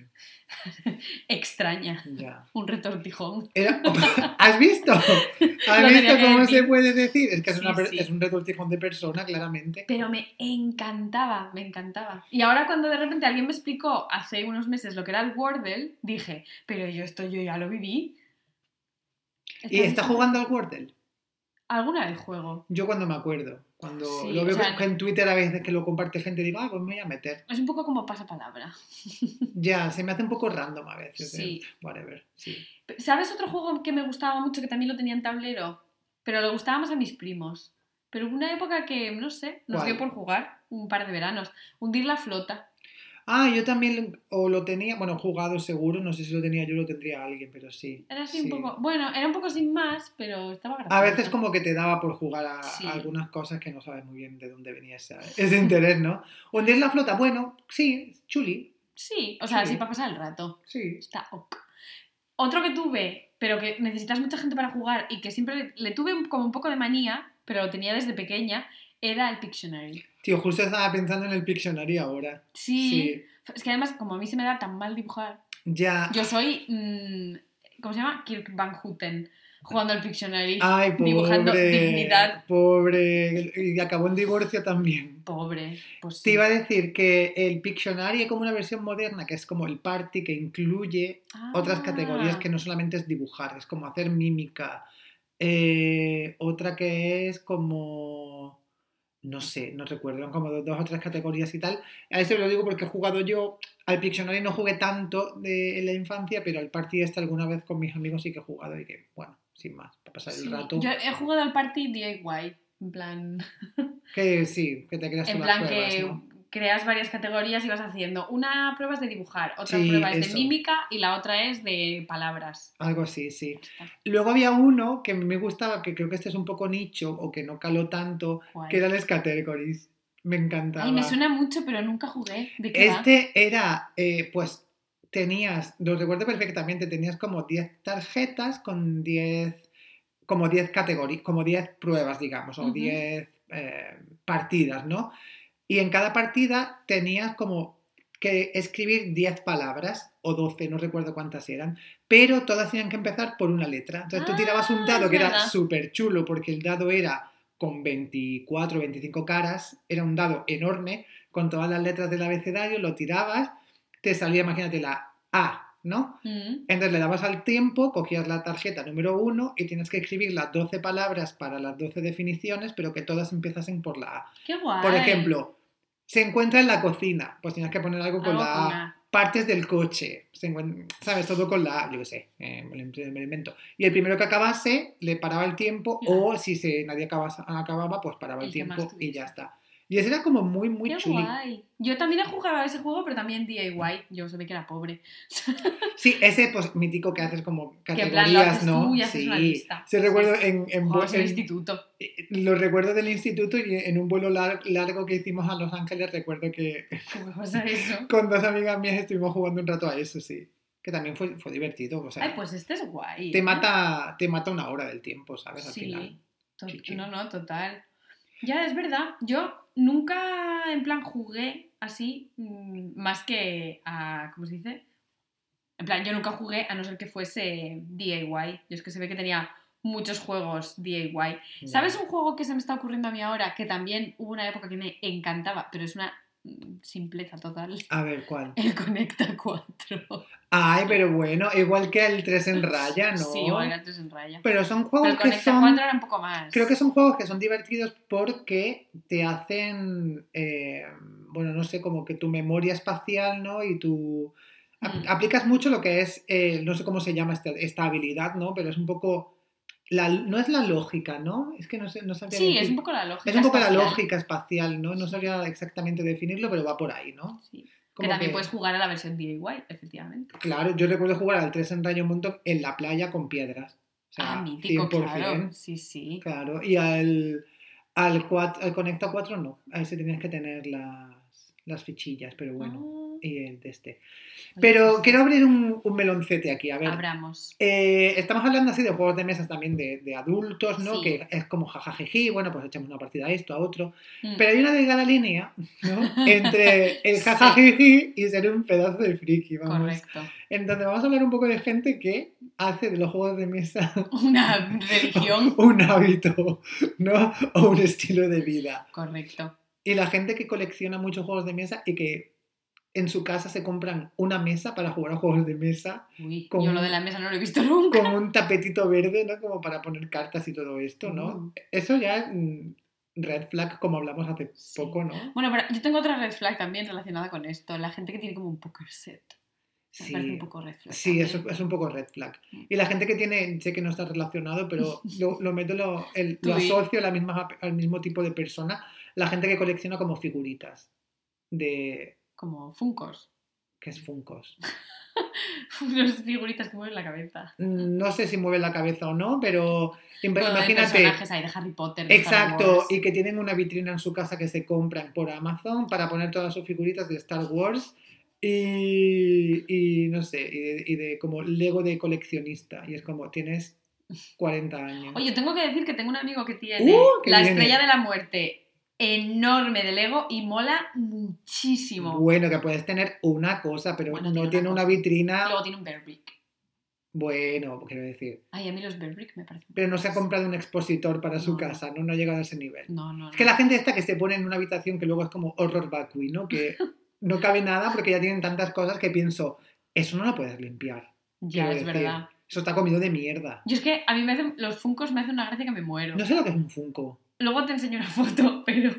B: extraña.
A: ya.
B: Un retortijón.
A: Era- ¿Has visto? ¿Has
B: Lo
A: visto
B: tenía que
A: cómo
B: decir.
A: se puede decir? Es que es,
B: Sí,
A: una per-
B: sí.
A: es un retortijón de persona, claramente.
B: Pero me encantaba, me encantaba. Y ahora cuando de repente alguien me explicó hace unos meses lo que era el Wordle, dije, pero yo esto yo ya lo viví.
A: ¿Y está jugando al Wordle?
B: Alguna vez juego.
A: Yo cuando me acuerdo. Cuando
B: Sí,
A: lo veo
B: o sea,
A: que- que en Twitter a veces que lo comparte gente, digo, ah, pues me voy a meter.
B: Es un poco como pasapalabra.
A: Ya, se me hace un poco random a veces. ¿eh?
B: Sí.
A: Whatever. Sí.
B: ¿Sabes otro juego que me gustaba mucho que también lo tenía en tablero? Pero le gustaba más a mis primos. Pero hubo una época que, no sé, nos
A: ¿Cuál?
B: dio por jugar un par de veranos. Hundir la flota.
A: Ah, yo también lo- o lo tenía, bueno, jugado seguro, no sé si lo tenía yo, lo tendría alguien, pero sí.
B: Era así
A: sí.
B: un poco. Bueno, era un poco sin más, pero estaba gracioso.
A: A veces como que te daba por jugar a, a
B: Sí.
A: algunas cosas que no sabes muy bien de dónde venía ese, ese interés, ¿no? ¿Hundir la flota? Bueno, sí, chuli,
B: Sí, o sea,
A: Sí.
B: así para pasar el rato.
A: sí.
B: Está ok. Otro que tuve, pero que necesitas mucha gente para jugar y que siempre le, le tuve un- como un poco de manía, pero lo tenía desde pequeña, era el Pictionary.
A: Tío, justo estaba pensando en el Pictionary ahora.
B: Sí. Es que además, como a mí se me da tan mal dibujar,
A: Ya.
B: yo soy. mm, ¿Cómo se llama? Kirk Van Houten, jugando al Pictionary.
A: Ay, pobre.
B: dibujando dignidad.
A: Pobre. Y acabó en divorcio también.
B: Pobre. Pues
A: Te
B: sí.
A: iba a decir que el Pictionary es como una versión moderna, que es como el party que incluye otras
B: Ah.
A: categorías que no solamente es dibujar, es como hacer mímica. Eh, otra que es como. No sé, no recuerdo, eran como dos, dos o tres categorías y tal. A eso lo digo porque he jugado yo. Al Pictionary no jugué tanto de, en la infancia, pero al party este alguna vez con mis amigos sí que he jugado y que, bueno, sin más, para pasar
B: Sí,
A: el rato.
B: Yo he jugado al party DIY, en plan,
A: Que sí, que te creas
B: en
A: tú
B: plan
A: las pruebas,
B: que
A: ¿no?
B: creas varias categorías y vas haciendo. Una prueba es de dibujar, otra
A: Sí,
B: prueba es
A: eso.
B: de mímica y la otra es de palabras.
A: Algo así, sí.
B: Está
A: Luego había uno que me gustaba, que creo que este es un poco nicho o que no caló tanto,
B: guay.
A: que eran las categories. Me encantaba.
B: Ay, me suena mucho, pero nunca jugué. ¿De qué va?
A: Este era, eh, pues, tenías, lo recuerdo perfectamente, tenías como 10 tarjetas con 10, como 10 categorías, como 10 pruebas, digamos, o
B: Ujú.
A: 10 eh, partidas, ¿no? Y en cada partida tenías como que escribir 10 palabras o 12, no recuerdo cuántas eran, pero todas tenían que empezar por una letra. Entonces tú
B: Ah,
A: tirabas un dado
B: es
A: que era
B: verdad.
A: súper chulo porque el dado era con 24, 25 caras, era un dado enorme con todas las letras del abecedario, lo tirabas, te salía, imagínate, la A, ¿no?
B: Mm,
A: Entonces le dabas al tiempo, cogías la tarjeta número 1 y tienes que escribir las 12 palabras para las 12 definiciones, pero que todas empezasen por la A.
B: Qué guay.
A: Por ejemplo, se encuentra en la cocina, pues tienes que poner algo con
B: Algo
A: la
B: con
A: A.
B: la-
A: Partes del coche, se encuent- ¿sabes? Todo con la A, yo qué sé, eh, me, lo, me lo invento. Y el primero que acabase le paraba el tiempo o si se, nadie acabas- acababa, pues paraba el,
B: El que más
A: tiempo y
B: tuviese.
A: ya está. Y ese era como muy, muy
B: Qué
A: chuli.
B: guay. Yo también he jugado a ese juego, pero también DIY. Yo se ve que era pobre.
A: Sí, ese pues mítico que haces como
B: Que en
A: categorías,
B: plan lo haces
A: ¿no?
B: tú y haces
A: sí.
B: una lista.
A: Sí, recuerdo en, en
B: Jugabas
A: vuel-
B: en el
A: en- eh,
B: instituto.
A: lo recuerdo del instituto y en un vuelo lar- largo que hicimos a Los Ángeles recuerdo que
B: ¿Cómo pasa eso?
A: con dos amigas mías estuvimos jugando un rato a eso, sí. Que también fue, fue divertido, o sea,
B: Ay, pues este es guay.
A: te
B: ¿eh?
A: mata te mata una hora del tiempo, ¿sabes? pues, Al final.
B: to-
A: Sí, sí.
B: No, no, total. Ya, es verdad. Yo nunca en plan jugué así, mm, más que a. ¿Cómo se dice? En plan, yo nunca jugué a no ser que fuese DIY. Yo es que se ve que tenía muchos juegos DIY. ¿Sabes un juego que se me está ocurriendo a mí ahora? Que también hubo una época que me encantaba, pero es una mm, simpleza total.
A: A ver, ¿cuál?
B: El Conecta 4.
A: Ay, pero bueno, igual que el 3 en raya, Ah, ¿no?
B: Sí, o el Gatos en Raya.
A: Pero
B: Pero este
A: son juegos
B: el
A: que
B: Conecta
A: son...
B: 4 era un poco más.
A: Creo que son juegos que son divertidos porque te hacen, eh, bueno, no sé, como que tu memoria espacial, ¿no? Y tu... ap-
B: Mm.
A: Aplicas mucho lo que es, eh, no sé cómo se llama esta, esta habilidad, ¿no? Pero es un poco... La, no es la lógica, ¿no? Es que no sé, no sabría
B: Sí,
A: decir.
B: es un poco la lógica.
A: Es un poco la
B: espacial.
A: lógica espacial, ¿no? No sabría exactamente definirlo, pero va por ahí, ¿no?
B: Sí. Que
A: Como
B: también
A: que-
B: puedes jugar a la versión DIY, efectivamente.
A: Claro, yo recuerdo jugar al 3 en rayo un montón en la playa con piedras. O sea,
B: ah, mítico,
A: 100%.
B: claro. Sí, sí.
A: Claro, y al, al, cuat- al Conecta 4 no, a ese tenías que tener las, las fichillas, pero bueno,
B: Ah,
A: y el de este.
B: oye,
A: Pero
B: pues,
A: quiero abrir un, un meloncete aquí, a ver.
B: Abramos.
A: Eh, estamos hablando así de juegos de mesas también de, de adultos, ¿no?
B: Sí.
A: Que es como jajajiji, bueno, pues echamos una partida a esto, a otro.
B: Mm.
A: Pero hay una delgada línea, ¿no? Entre el jajajiji y ser un pedazo de friki, vamos.
B: Correcto.
A: Entonces vamos a hablar un poco de gente que hace de los juegos de mesa
B: Una religión.
A: un hábito, ¿no? O un estilo de vida.
B: Correcto.
A: Y la gente que colecciona muchos juegos de mesa y que en su casa se compran una mesa para jugar a juegos de mesa
B: Uy,
A: Con-
B: yo lo de la mesa no lo he visto nunca.
A: con un tapetito verde, ¿no? Como para poner cartas y todo esto, ¿no?
B: Mm.
A: Eso ya es mm, red flag, como hablamos hace
B: Sí.
A: poco, ¿no?
B: Bueno, pero yo tengo otra red flag también relacionada con esto. La gente que tiene como un poker set. Me parece un
A: Sí.
B: poco red flag.
A: Sí, eso
B: también.
A: es un poco red flag.
B: Mm.
A: Y la gente que tiene, sé que no está relacionado, pero lo, lo meto, lo, el- lo
B: Sí.
A: asocio a la misma, al mismo tipo de persona, la gente que colecciona como figuritas de,
B: como funcos,
A: que es Funkos.
B: unas figuritas que mueven la cabeza.
A: No sé si mueve la cabeza o no, pero im-
B: Bueno, de
A: imagínate.
B: personajes ahí de Harry Potter. de Star
A: Exacto,
B: Wars.
A: y que tienen una vitrina en su casa que se compran por Amazon para poner todas sus figuritas de Star Wars y, y no sé, y de, y de como Lego de coleccionista. Y es como, tienes 40 años.
B: Oye, tengo que decir que tengo un amigo que tiene
A: ¡Uh, qué
B: la
A: bien!
B: estrella de la muerte enorme de Lego y mola muchísimo.
A: bueno, que puedes tener una cosa, pero
B: Bueno, tiene
A: no
B: una
A: tiene una
B: cosa.
A: vitrina.
B: Luego tiene un Bear Brick.
A: Bueno, quiero decir.
B: Ay, a mí los Bear Brick me parecen.
A: Pero no se ha comprado un expositor para su
B: No.
A: casa, ¿no? No ha llegado a ese nivel.
B: No, no, no.
A: Es que la gente esta que se pone en una habitación que luego es como horror vacui, ¿no? Que no cabe nada porque ya tienen tantas cosas que pienso, eso no lo puedes limpiar.
B: Ya,
A: quiero
B: es
A: decir.
B: verdad.
A: Eso está comido de mierda.
B: Yo es que a mí me hacen, los Funkos me hacen una gracia que me muero.
A: No sé lo que es un Funko.
B: Luego te enseño una foto, pero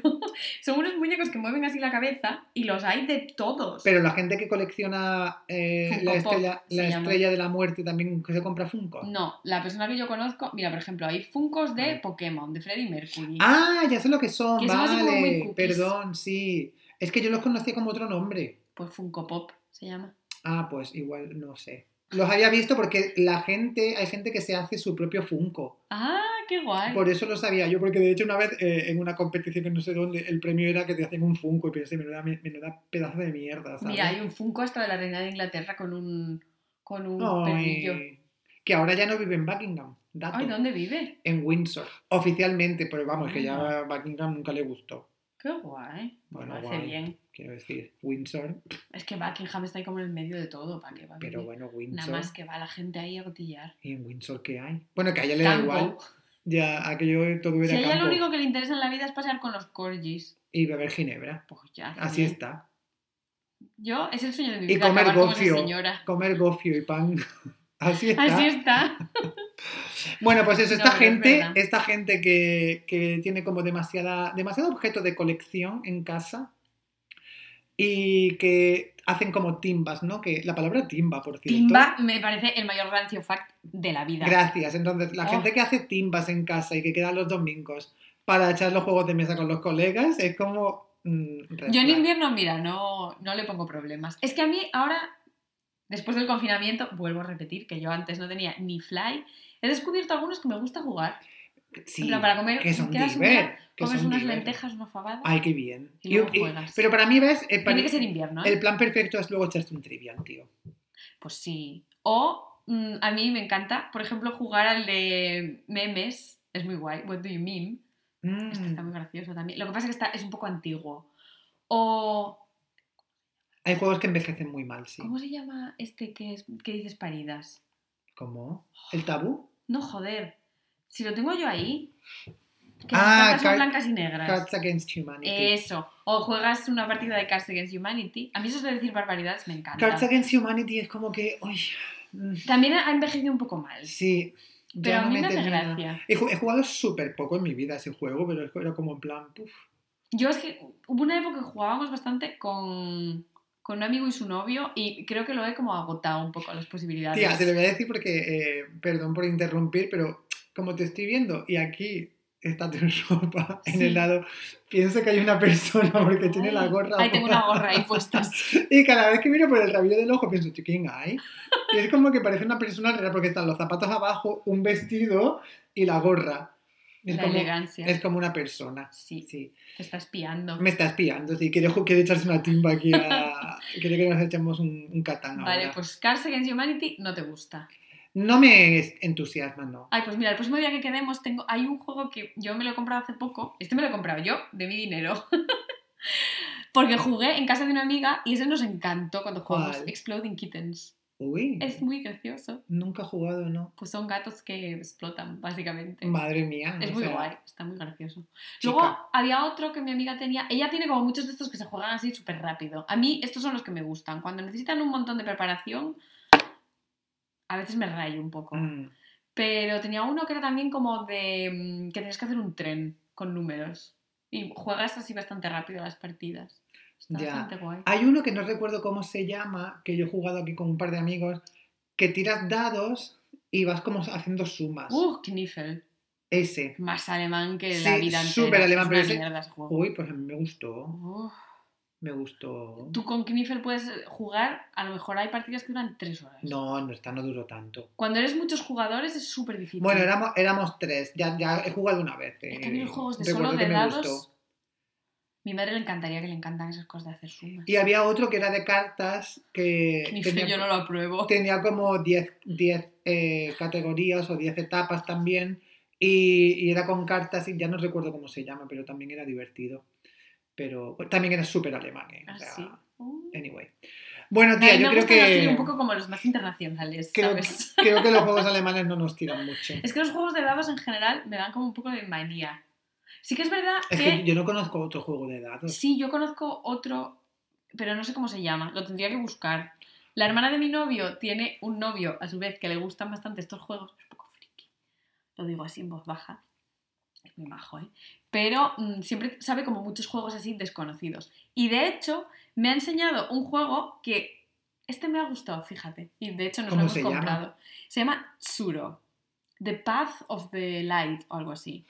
B: son unos muñecos que mueven así la cabeza y los hay de todos.
A: Pero la gente que colecciona eh,
B: Funko
A: la,
B: Pop,
A: estrella,
B: se
A: la
B: llama.
A: estrella de la muerte también que se compra Funko.
B: No, la persona que yo conozco, mira, por ejemplo, hay Funkos de
A: Vale.
B: Pokémon, de Freddy Mercury.
A: Ah, ya sé lo que son,
B: Que son así como muy
A: vale.
B: cookies.
A: Perdón, sí. Es que yo los conocí como otro nombre.
B: Pues Funko Pop se llama.
A: Ah, pues igual, no sé. Los había visto porque la gente, hay gente que se hace su propio Funko.
B: Ah, qué guay.
A: Por eso lo sabía yo, porque de hecho una vez eh, en una competición que no sé dónde, el premio era que te hacen un Funko y pensé, menuda, menuda pedazo de mierda, ¿sabes?
B: Mira, hay un Funko hasta de la reina de Inglaterra con un con un
A: Ay,
B: perrillo.
A: que ahora ya no vive en Buckingham, dato,
B: Ay, ¿dónde vive?
A: en Windsor, oficialmente, pero vamos, que ya
B: Ah.
A: a Buckingham nunca le gustó,
B: Qué guay.
A: Bueno,
B: Me parece
A: guay.
B: bien.
A: quiero decir, Windsor,
B: Es que Buckingham está ahí como en el medio de todo, ¿para qué va a
A: pero
B: vivir?
A: bueno,
B: Nada
A: Windsor,
B: más que va la gente ahí a cotillar.
A: ¿y en Windsor qué hay? Bueno, que a ella le da
B: Campo.
A: igual, ya aquello todo
B: Si
A: era
B: a ella
A: campo
B: lo único que le interesa en la vida es pasear con los corgis.
A: y beber ginebra,
B: Pues ya. hace
A: así
B: bien.
A: está,
B: Yo, es el sueño de mi
A: Y
B: vida.
A: comer
B: acabar como esa
A: gofio.
B: señora.
A: comer gofio y pan, así está.
B: Así está.
A: Bueno, pues eso,
B: No,
A: esta
B: pero es
A: gente,
B: verdad.
A: esta gente que, que tiene como demasiada, demasiado objeto de colección en casa y que hacen como timbas, ¿no? Que la palabra timba, por cierto.
B: Timba me parece el mayor rancio fact de la vida.
A: Gracias. Entonces, la
B: Oh.
A: gente que hace timbas en casa y que queda los domingos para echar los juegos de mesa con los colegas es como. mm, red
B: Yo en
A: flag.
B: invierno, mira, no, no le pongo problemas. Es que a mí ahora, después del confinamiento, vuelvo a repetir que yo antes no tenía ni fly, he descubierto algunos que me gusta jugar.
A: Sí,
B: en plan, para comer,
A: que son
B: quedas un
A: diver,
B: día,
A: que
B: comes
A: son
B: unas
A: diver.
B: lentejas, una fabada.
A: Ay, qué bien.
B: Y luego
A: Y- y-
B: juegas.
A: pero para mí, ¿ves? El,
B: Tiene
A: plan-
B: que ser invierno, ¿eh?
A: el plan perfecto es luego echarte un trivial, tío.
B: Pues sí. O mm, a mí me encanta, por ejemplo, jugar al de memes. Es muy guay. What do you meme?
A: Mm.
B: Este está muy gracioso también. Lo que pasa es que está, es un poco antiguo. O.
A: Hay juegos que envejecen muy mal, sí.
B: ¿Cómo se llama este que, es, que dices paridas?
A: ¿Cómo? ¿El tabú?
B: No, joder. Si lo tengo yo ahí. Que las
A: Ah,
B: cartas son
A: card-
B: blancas y negras. Eh,
A: Cards Against Humanity.
B: Eso. O juegas una partida de Cards Against Humanity. A mí eso de decir barbaridades me encanta.
A: Cards Against Humanity es como que. Uy, mm,
B: También ha envejecido un poco mal.
A: sí. ya
B: Pero a
A: no
B: mí me, hace
A: termina.
B: gracia.
A: He, ju- he jugado súper poco en mi vida ese juego, pero era como en plan. puf.
B: Yo es que hubo una época que jugábamos bastante con, con un amigo y su novio y creo que lo he como agotado un poco las posibilidades.
A: Tía, te lo voy a decir porque. eh, perdón por interrumpir, pero como te estoy viendo y aquí está tu ropa en
B: Sí.
A: el lado, pienso que hay una persona porque tiene la
B: Ay,
A: gorra.
B: Ahí tengo una gorra ahí puesta.
A: Y cada vez que miro por el rabillo del ojo pienso, ¿tú quién hay? Y es como que parece una persona rara porque están los zapatos abajo, un vestido y la gorra. Es,
B: La
A: como,
B: elegancia.
A: es como una persona.
B: Sí,
A: Sí.
B: te está espiando.
A: Me está espiando, sí. Quiere, ju- quiere echarse una timba aquí a... Quiere que nos echemos un, un katán
B: Vale,
A: ahora.
B: pues Cards Against Humanity no te gusta.
A: No me es- entusiasma, no.
B: Ay, pues mira, el próximo día que quedemos tengo... Hay un juego que yo me lo he comprado hace poco. Este me lo he comprado yo, de mi dinero. Porque jugué en casa de una amiga y ese nos encantó cuando jugamos
A: ¿Cuál?
B: Exploding Kittens.
A: Uy,
B: Es muy gracioso.
A: nunca he jugado, ¿no?
B: Pues son gatos que explotan, básicamente.
A: Madre mía.
B: Es
A: o
B: muy
A: sea,
B: guay, está muy gracioso.
A: chica.
B: Luego había otro que mi amiga tenía. Ella tiene como muchos de estos que se juegan así súper rápido. A mí estos son los que me gustan. Cuando necesitan un montón de preparación, a veces me rayo un poco.
A: Mm.
B: Pero tenía uno que era también como de mm, que tenías que hacer un tren con números. Y juegas así bastante rápido las partidas. Está
A: Ya.
B: bastante guay.
A: Hay uno que no recuerdo cómo se llama, que yo he jugado aquí con un par de amigos, que tiras dados y vas como haciendo sumas.
B: ¡Uh! Kniffel.
A: Ese.
B: Más alemán que la
A: Sí,
B: vida entera.
A: súper alemán,
B: Es
A: pero
B: una
A: ese-
B: mierda ese juego.
A: Uy, pues a mí me gustó.
B: Uf,
A: me gustó.
B: Tú con Kniffel puedes jugar, a lo mejor hay partidas que duran tres horas.
A: No, no, esta no duró tanto.
B: Cuando eres muchos jugadores es súper difícil.
A: Bueno, éramos, éramos tres, ya, ya he jugado una vez.
B: Es
A: eh,
B: que a mí los juegos de
A: recuerdo
B: solo,
A: que
B: de
A: me
B: dados.
A: gustó.
B: Mi madre le encantaría que le encantan esas cosas de hacer sumas.
A: Y había otro que era de cartas que
B: Kniffel
A: tenía,
B: yo no lo apruebo.
A: tenía como 10 10, eh, categorías o 10 etapas también. Y, y era con cartas, y ya no recuerdo cómo se llama, pero también era divertido. Pero pues, también era súper alemán. eh, o
B: Ah,
A: sea,
B: sí. Uh.
A: Anyway. Bueno,
B: A
A: tía,
B: mí me
A: yo creo
B: gustan así,
A: que,
B: un poco como los más internacionales,
A: creo,
B: ¿sabes?
A: creo que los juegos alemanes no nos tiran mucho.
B: Es que los juegos de dados en general me dan como un poco de manía. Sí que es verdad
A: Es
B: que...
A: que yo no conozco otro juego de dados.
B: Sí, yo conozco otro, pero no sé cómo se llama, lo tendría que buscar. La hermana de mi novio tiene un novio, a su vez, que le gustan bastante estos juegos. Es un poco friki, lo digo así en voz baja. Es muy majo, ¿eh? Pero mm, siempre sabe como muchos juegos así desconocidos. Y de hecho, me ha enseñado un juego que este me ha gustado, fíjate. Y de hecho nos lo
A: ¿Cómo
B: hemos
A: se llama?
B: comprado. Se llama Tsuro. The Path of the Light o algo así.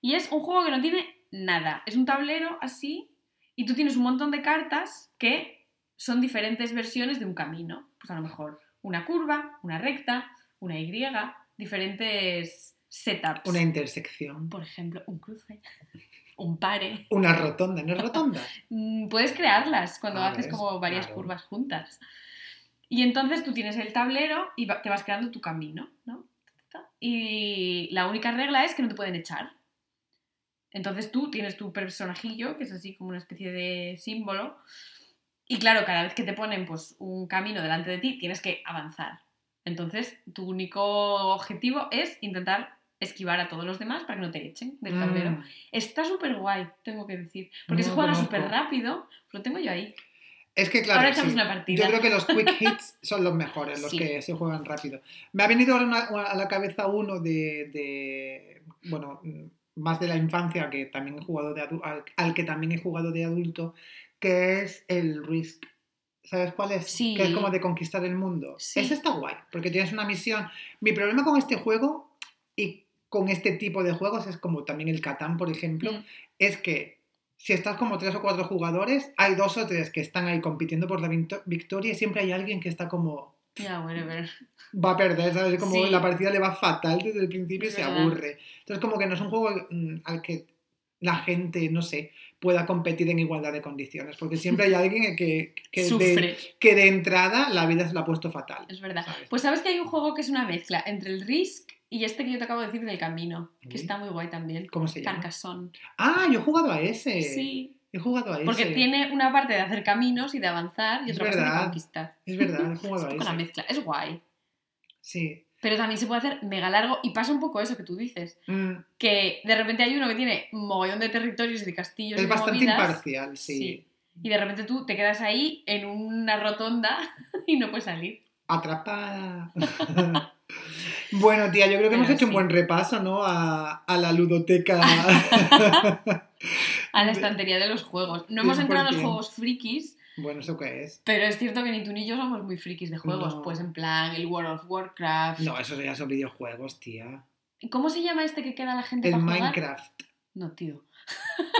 B: Y es un juego que no tiene nada. Es un tablero así y tú tienes un montón de cartas que son diferentes versiones de un camino. Pues a lo mejor una curva, una recta, una Y, diferentes setups.
A: Una intersección.
B: Por ejemplo, un cruce, un pare.
A: Una rotonda, no es rotonda.
B: Mm, Puedes crearlas cuando
A: Ah,
B: haces
A: ¿ves?
B: como varias
A: Claro.
B: curvas juntas. Y entonces tú tienes el tablero y va- te vas creando tu camino, ¿no? Y la única regla es que no te pueden echar. Entonces tú tienes tu personajillo, que es así como una especie de símbolo. Y claro, cada vez que te ponen pues, un camino delante de ti, tienes que avanzar. Entonces, tu único objetivo es intentar esquivar a todos los demás para que no te echen del tablero.
A: Mm.
B: Está súper guay, tengo que decir. Porque
A: No
B: se
A: lo
B: juega
A: conozco.
B: súper rápido. Lo tengo yo ahí.
A: Es que claro,
B: Ahora echamos
A: sí.
B: una
A: yo
B: partida.
A: creo que los quick hits son los mejores, los
B: Sí.
A: que se juegan rápido. Me ha venido ahora una- una- a la cabeza uno de, de- bueno, mm, más de la infancia que también he jugado de adu- al, al que también he jugado de adulto, que es el Risk. ¿Sabes cuál es?
B: Sí.
A: Que es como de conquistar el mundo.
B: Sí.
A: Ese está guay, porque tienes una misión. Mi problema con este juego y con este tipo de juegos es como también el Catán, por ejemplo,
B: Mm.
A: es que si estás como tres o cuatro jugadores, hay dos o tres que están ahí compitiendo por la vinto- victoria y siempre hay alguien que está como
B: Ya, whatever.
A: va a perder, ¿sabes? Como
B: Sí.
A: la partida le va fatal desde el principio y
B: Es
A: se
B: verdad.
A: aburre. Entonces como que no es un juego mm, al que la gente, no sé, pueda competir en igualdad de condiciones, porque siempre hay alguien que, que,
B: Sufre.
A: de, que de entrada la vida se la ha puesto fatal.
B: Es verdad.
A: ¿sabes?
B: Pues sabes que hay un juego que es una mezcla entre el Risk y este que yo te acabo de decir del camino. Que
A: Sí.
B: está muy guay también.
A: ¿Cómo se llama?
B: Carcassonne.
A: Ah, yo he jugado a ese.
B: Sí.
A: He jugado a ese.
B: Porque tiene una parte de hacer caminos y de avanzar y
A: Es
B: otra parte de
A: verdad.
B: conquistar.
A: Es verdad, he
B: Es
A: jugado
B: un
A: a
B: poco una
A: ese.
B: mezcla. Es guay.
A: Sí.
B: Pero también se puede hacer mega largo y pasa un poco eso que tú dices.
A: Mm,
B: Que de repente hay uno que tiene un mogollón de territorios y de castillos y
A: es
B: de
A: bastante
B: movidas.
A: imparcial, sí.
B: Sí. Y de repente tú te quedas ahí en una rotonda y no puedes salir.
A: Atrapada. bueno, tía, yo creo que hemos
B: Pero
A: hecho un
B: sí.
A: buen repaso, ¿no? A, a la ludoteca.
B: A la estantería de los juegos. No
A: Cien
B: hemos entrado en
A: por
B: los
A: cien.
B: juegos frikis,
A: bueno, ¿eso qué es?
B: pero es cierto que ni tú ni yo somos muy frikis de juegos.
A: No.
B: Pues en plan, el World of Warcraft.
A: No, eso ya son videojuegos, tía.
B: ¿Cómo se llama este que queda la gente
A: El
B: para jugar?
A: Minecraft.
B: No, tío.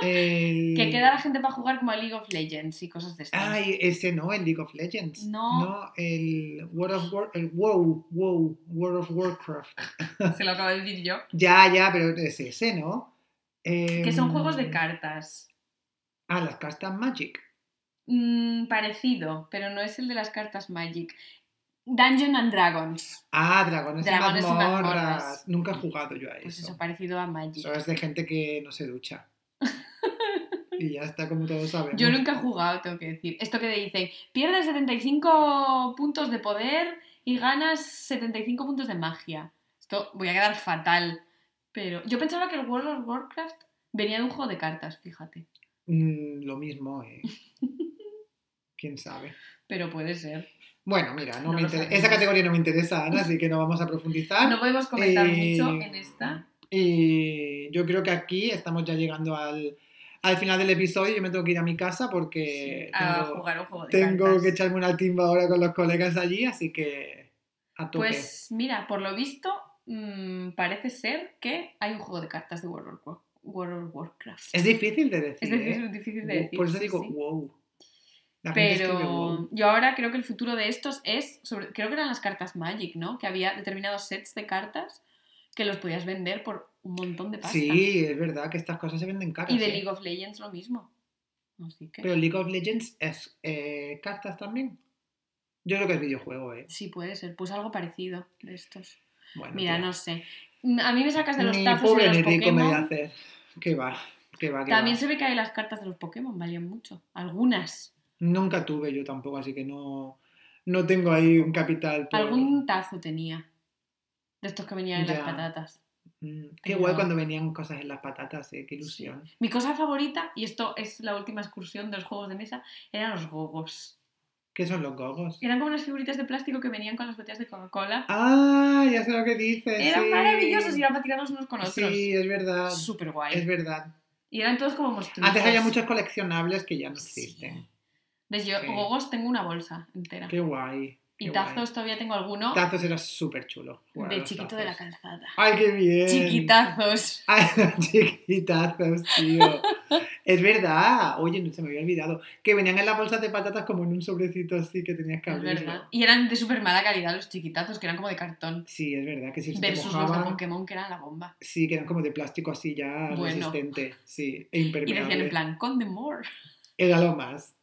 A: el-
B: Que queda la gente para jugar como a League of Legends y cosas de estas.
A: Ay, ese no, el League of Legends.
B: No.
A: el World of War... El WoW, WoW, World of Warcraft.
B: Se lo acabo de decir yo.
A: Ya, ya, pero es ese, ¿no?
B: Que
A: Mm.
B: son juegos de cartas.
A: cartas. Ah, las cartas Magic.
B: Mm, parecido, pero no es el de las cartas Magic. Dungeon and Dragons.
A: Ah, dragones,
B: Dragones y
A: y mazmorras.
B: mazmorras.
A: Nunca he jugado yo a
B: Pues
A: eso.
B: eso, parecido a Magic.
A: Eso es de gente que no se ducha. y ya está, como todos sabemos.
B: Yo nunca he jugado, tengo que decir. Esto que dicen, pierdes 75 puntos de poder y ganas 75 puntos de magia. Esto voy a quedar fatal. Pero yo pensaba que el World of Warcraft venía de un juego de cartas, fíjate.
A: Mm, lo mismo, eh. ¿Quién sabe?
B: Pero puede ser.
A: Bueno, mira, no
B: No
A: me
B: lo
A: inter-
B: sabemos.
A: esa categoría no me interesa, Ana, así que no vamos a profundizar.
B: No podemos comentar
A: Ah, Eh,
B: mucho en esta.
A: Y yo creo que aquí estamos ya llegando al, al final del episodio. Yo me tengo que ir a mi casa porque
B: a
A: eh, tengo,
B: jugar un juego de
A: tengo
B: cartas.
A: que echarme una timba ahora con los colegas allí, así que a tope.
B: Pues mira, por lo visto, mm, parece ser que hay un juego de cartas de World of War- World of Warcraft.
A: Es difícil de decir.
B: Es
A: ¿eh?
B: difícil, difícil de
A: Wo-
B: decir.
A: Por eso
B: sí,
A: digo,
B: sí.
A: wow. La gente escribe wow.
B: Pero yo ahora creo que el futuro de estos es, sobre- creo que eran las cartas Magic, ¿no? Que había determinados sets de cartas que los podías vender por un montón de pasta.
A: Sí, es verdad que estas cosas se venden caras.
B: y de
A: ¿eh?
B: League of Legends lo mismo. Así que
A: Pero League of Legends es eh, cartas también. Yo creo que es videojuego, ¿eh?
B: sí puede ser, pues algo parecido de estos.
A: Bueno,
B: Mira,
A: tío.
B: no sé. Mm, A mí me sacas de los
A: Ni
B: tazos y
A: pobre
B: de los
A: ni rico me voy a
B: Pokémon.
A: hacer. Que va, que va, que
B: También
A: va.
B: se ve que hay las cartas de los Pokémon valían mucho. Algunas.
A: Nunca tuve yo tampoco, así que no, no tengo ahí un capital. por-
B: Algún tazo tenía. De estos que venían en las
A: Ya.
B: patatas.
A: Mm, Qué
B: Pero-
A: guay cuando venían cosas en las patatas, ¿eh? Qué ilusión.
B: Mi cosa favorita, y esto es la última excursión de los juegos de mesa, eran los gogos.
A: ¿Qué son los gogos?
B: Eran como unas figuritas de plástico que venían con las botellas de Coca-Cola.
A: Ah, ya sé lo que dices.
B: eran
A: sí.
B: maravillosos y eran para tirarlos unos con otros.
A: Sí, es verdad.
B: Súper
A: Es
B: guay.
A: verdad.
B: Y eran todos como monstruos.
A: Antes había muchos coleccionables que ya no
B: Sí.
A: existen.
B: ¿Ves? Yo
A: Sí.
B: gogos tengo una bolsa entera.
A: Qué guay.
B: y
A: qué
B: tazos
A: guay.
B: todavía tengo alguno
A: Tazos era súper chulo. jugar a
B: de
A: los
B: chiquito de la
A: tazos.
B: calzada.
A: ¡Ay, qué bien!
B: Chiquitazos.
A: Ay, los chiquitazos, tío. es verdad. Oye, no se me había olvidado. Que venían en las bolsas de patatas como en un sobrecito así que tenías que
B: Es verdad.
A: abrirlo.
B: Y eran de súper mala calidad los chiquitazos, que eran como de cartón.
A: Sí, es verdad que si se te
B: Versus los de
A: mojaban,
B: Pokémon, que eran la bomba.
A: sí, que eran como de plástico así ya
B: Bueno.
A: resistente, sí, e
B: Y
A: impermeable.
B: decían en plan, Condemore.
A: Era lo más.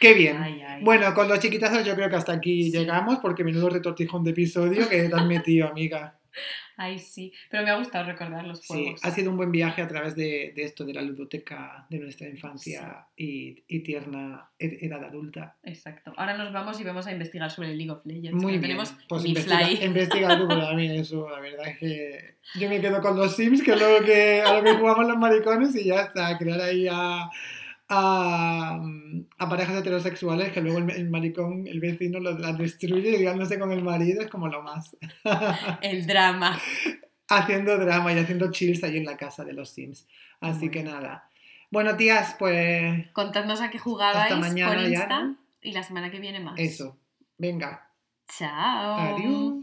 A: Qué bien.
B: Ay, ay.
A: Bueno, con los chiquitazos yo creo que hasta aquí
B: Sí.
A: llegamos porque menudo retortijón de episodio que te has metido, amiga.
B: Ay, sí. Pero me ha gustado recordar los
A: Sí,
B: juegos.
A: ha sido un buen viaje a través de, de esto de la ludoteca de nuestra infancia y, y tierna ed- edad adulta.
B: Exacto. Ahora nos vamos y vamos a investigar sobre el League of Legends.
A: Muy
B: que
A: bien.
B: no tenemos
A: pues
B: ni
A: investiga,
B: fly.
A: investiga tú, porque a mí eso, la verdad es que yo me quedo con los Sims, que es lo que, a lo que jugamos los maricones y ya está, crear ahí a, a, a parejas heterosexuales que luego el, el maricón, el vecino, lo- las destruye ligándose con el marido, es como lo más.
B: El drama.
A: haciendo drama y haciendo chills ahí en la casa de los Sims. Así
B: Bueno.
A: que nada. Bueno, tías, pues
B: Contadnos a qué jugabais
A: Hasta mañana
B: por
A: ya,
B: Insta.
A: ¿no?
B: Y la semana que viene más.
A: eso. Venga,
B: Chao.
A: adiós.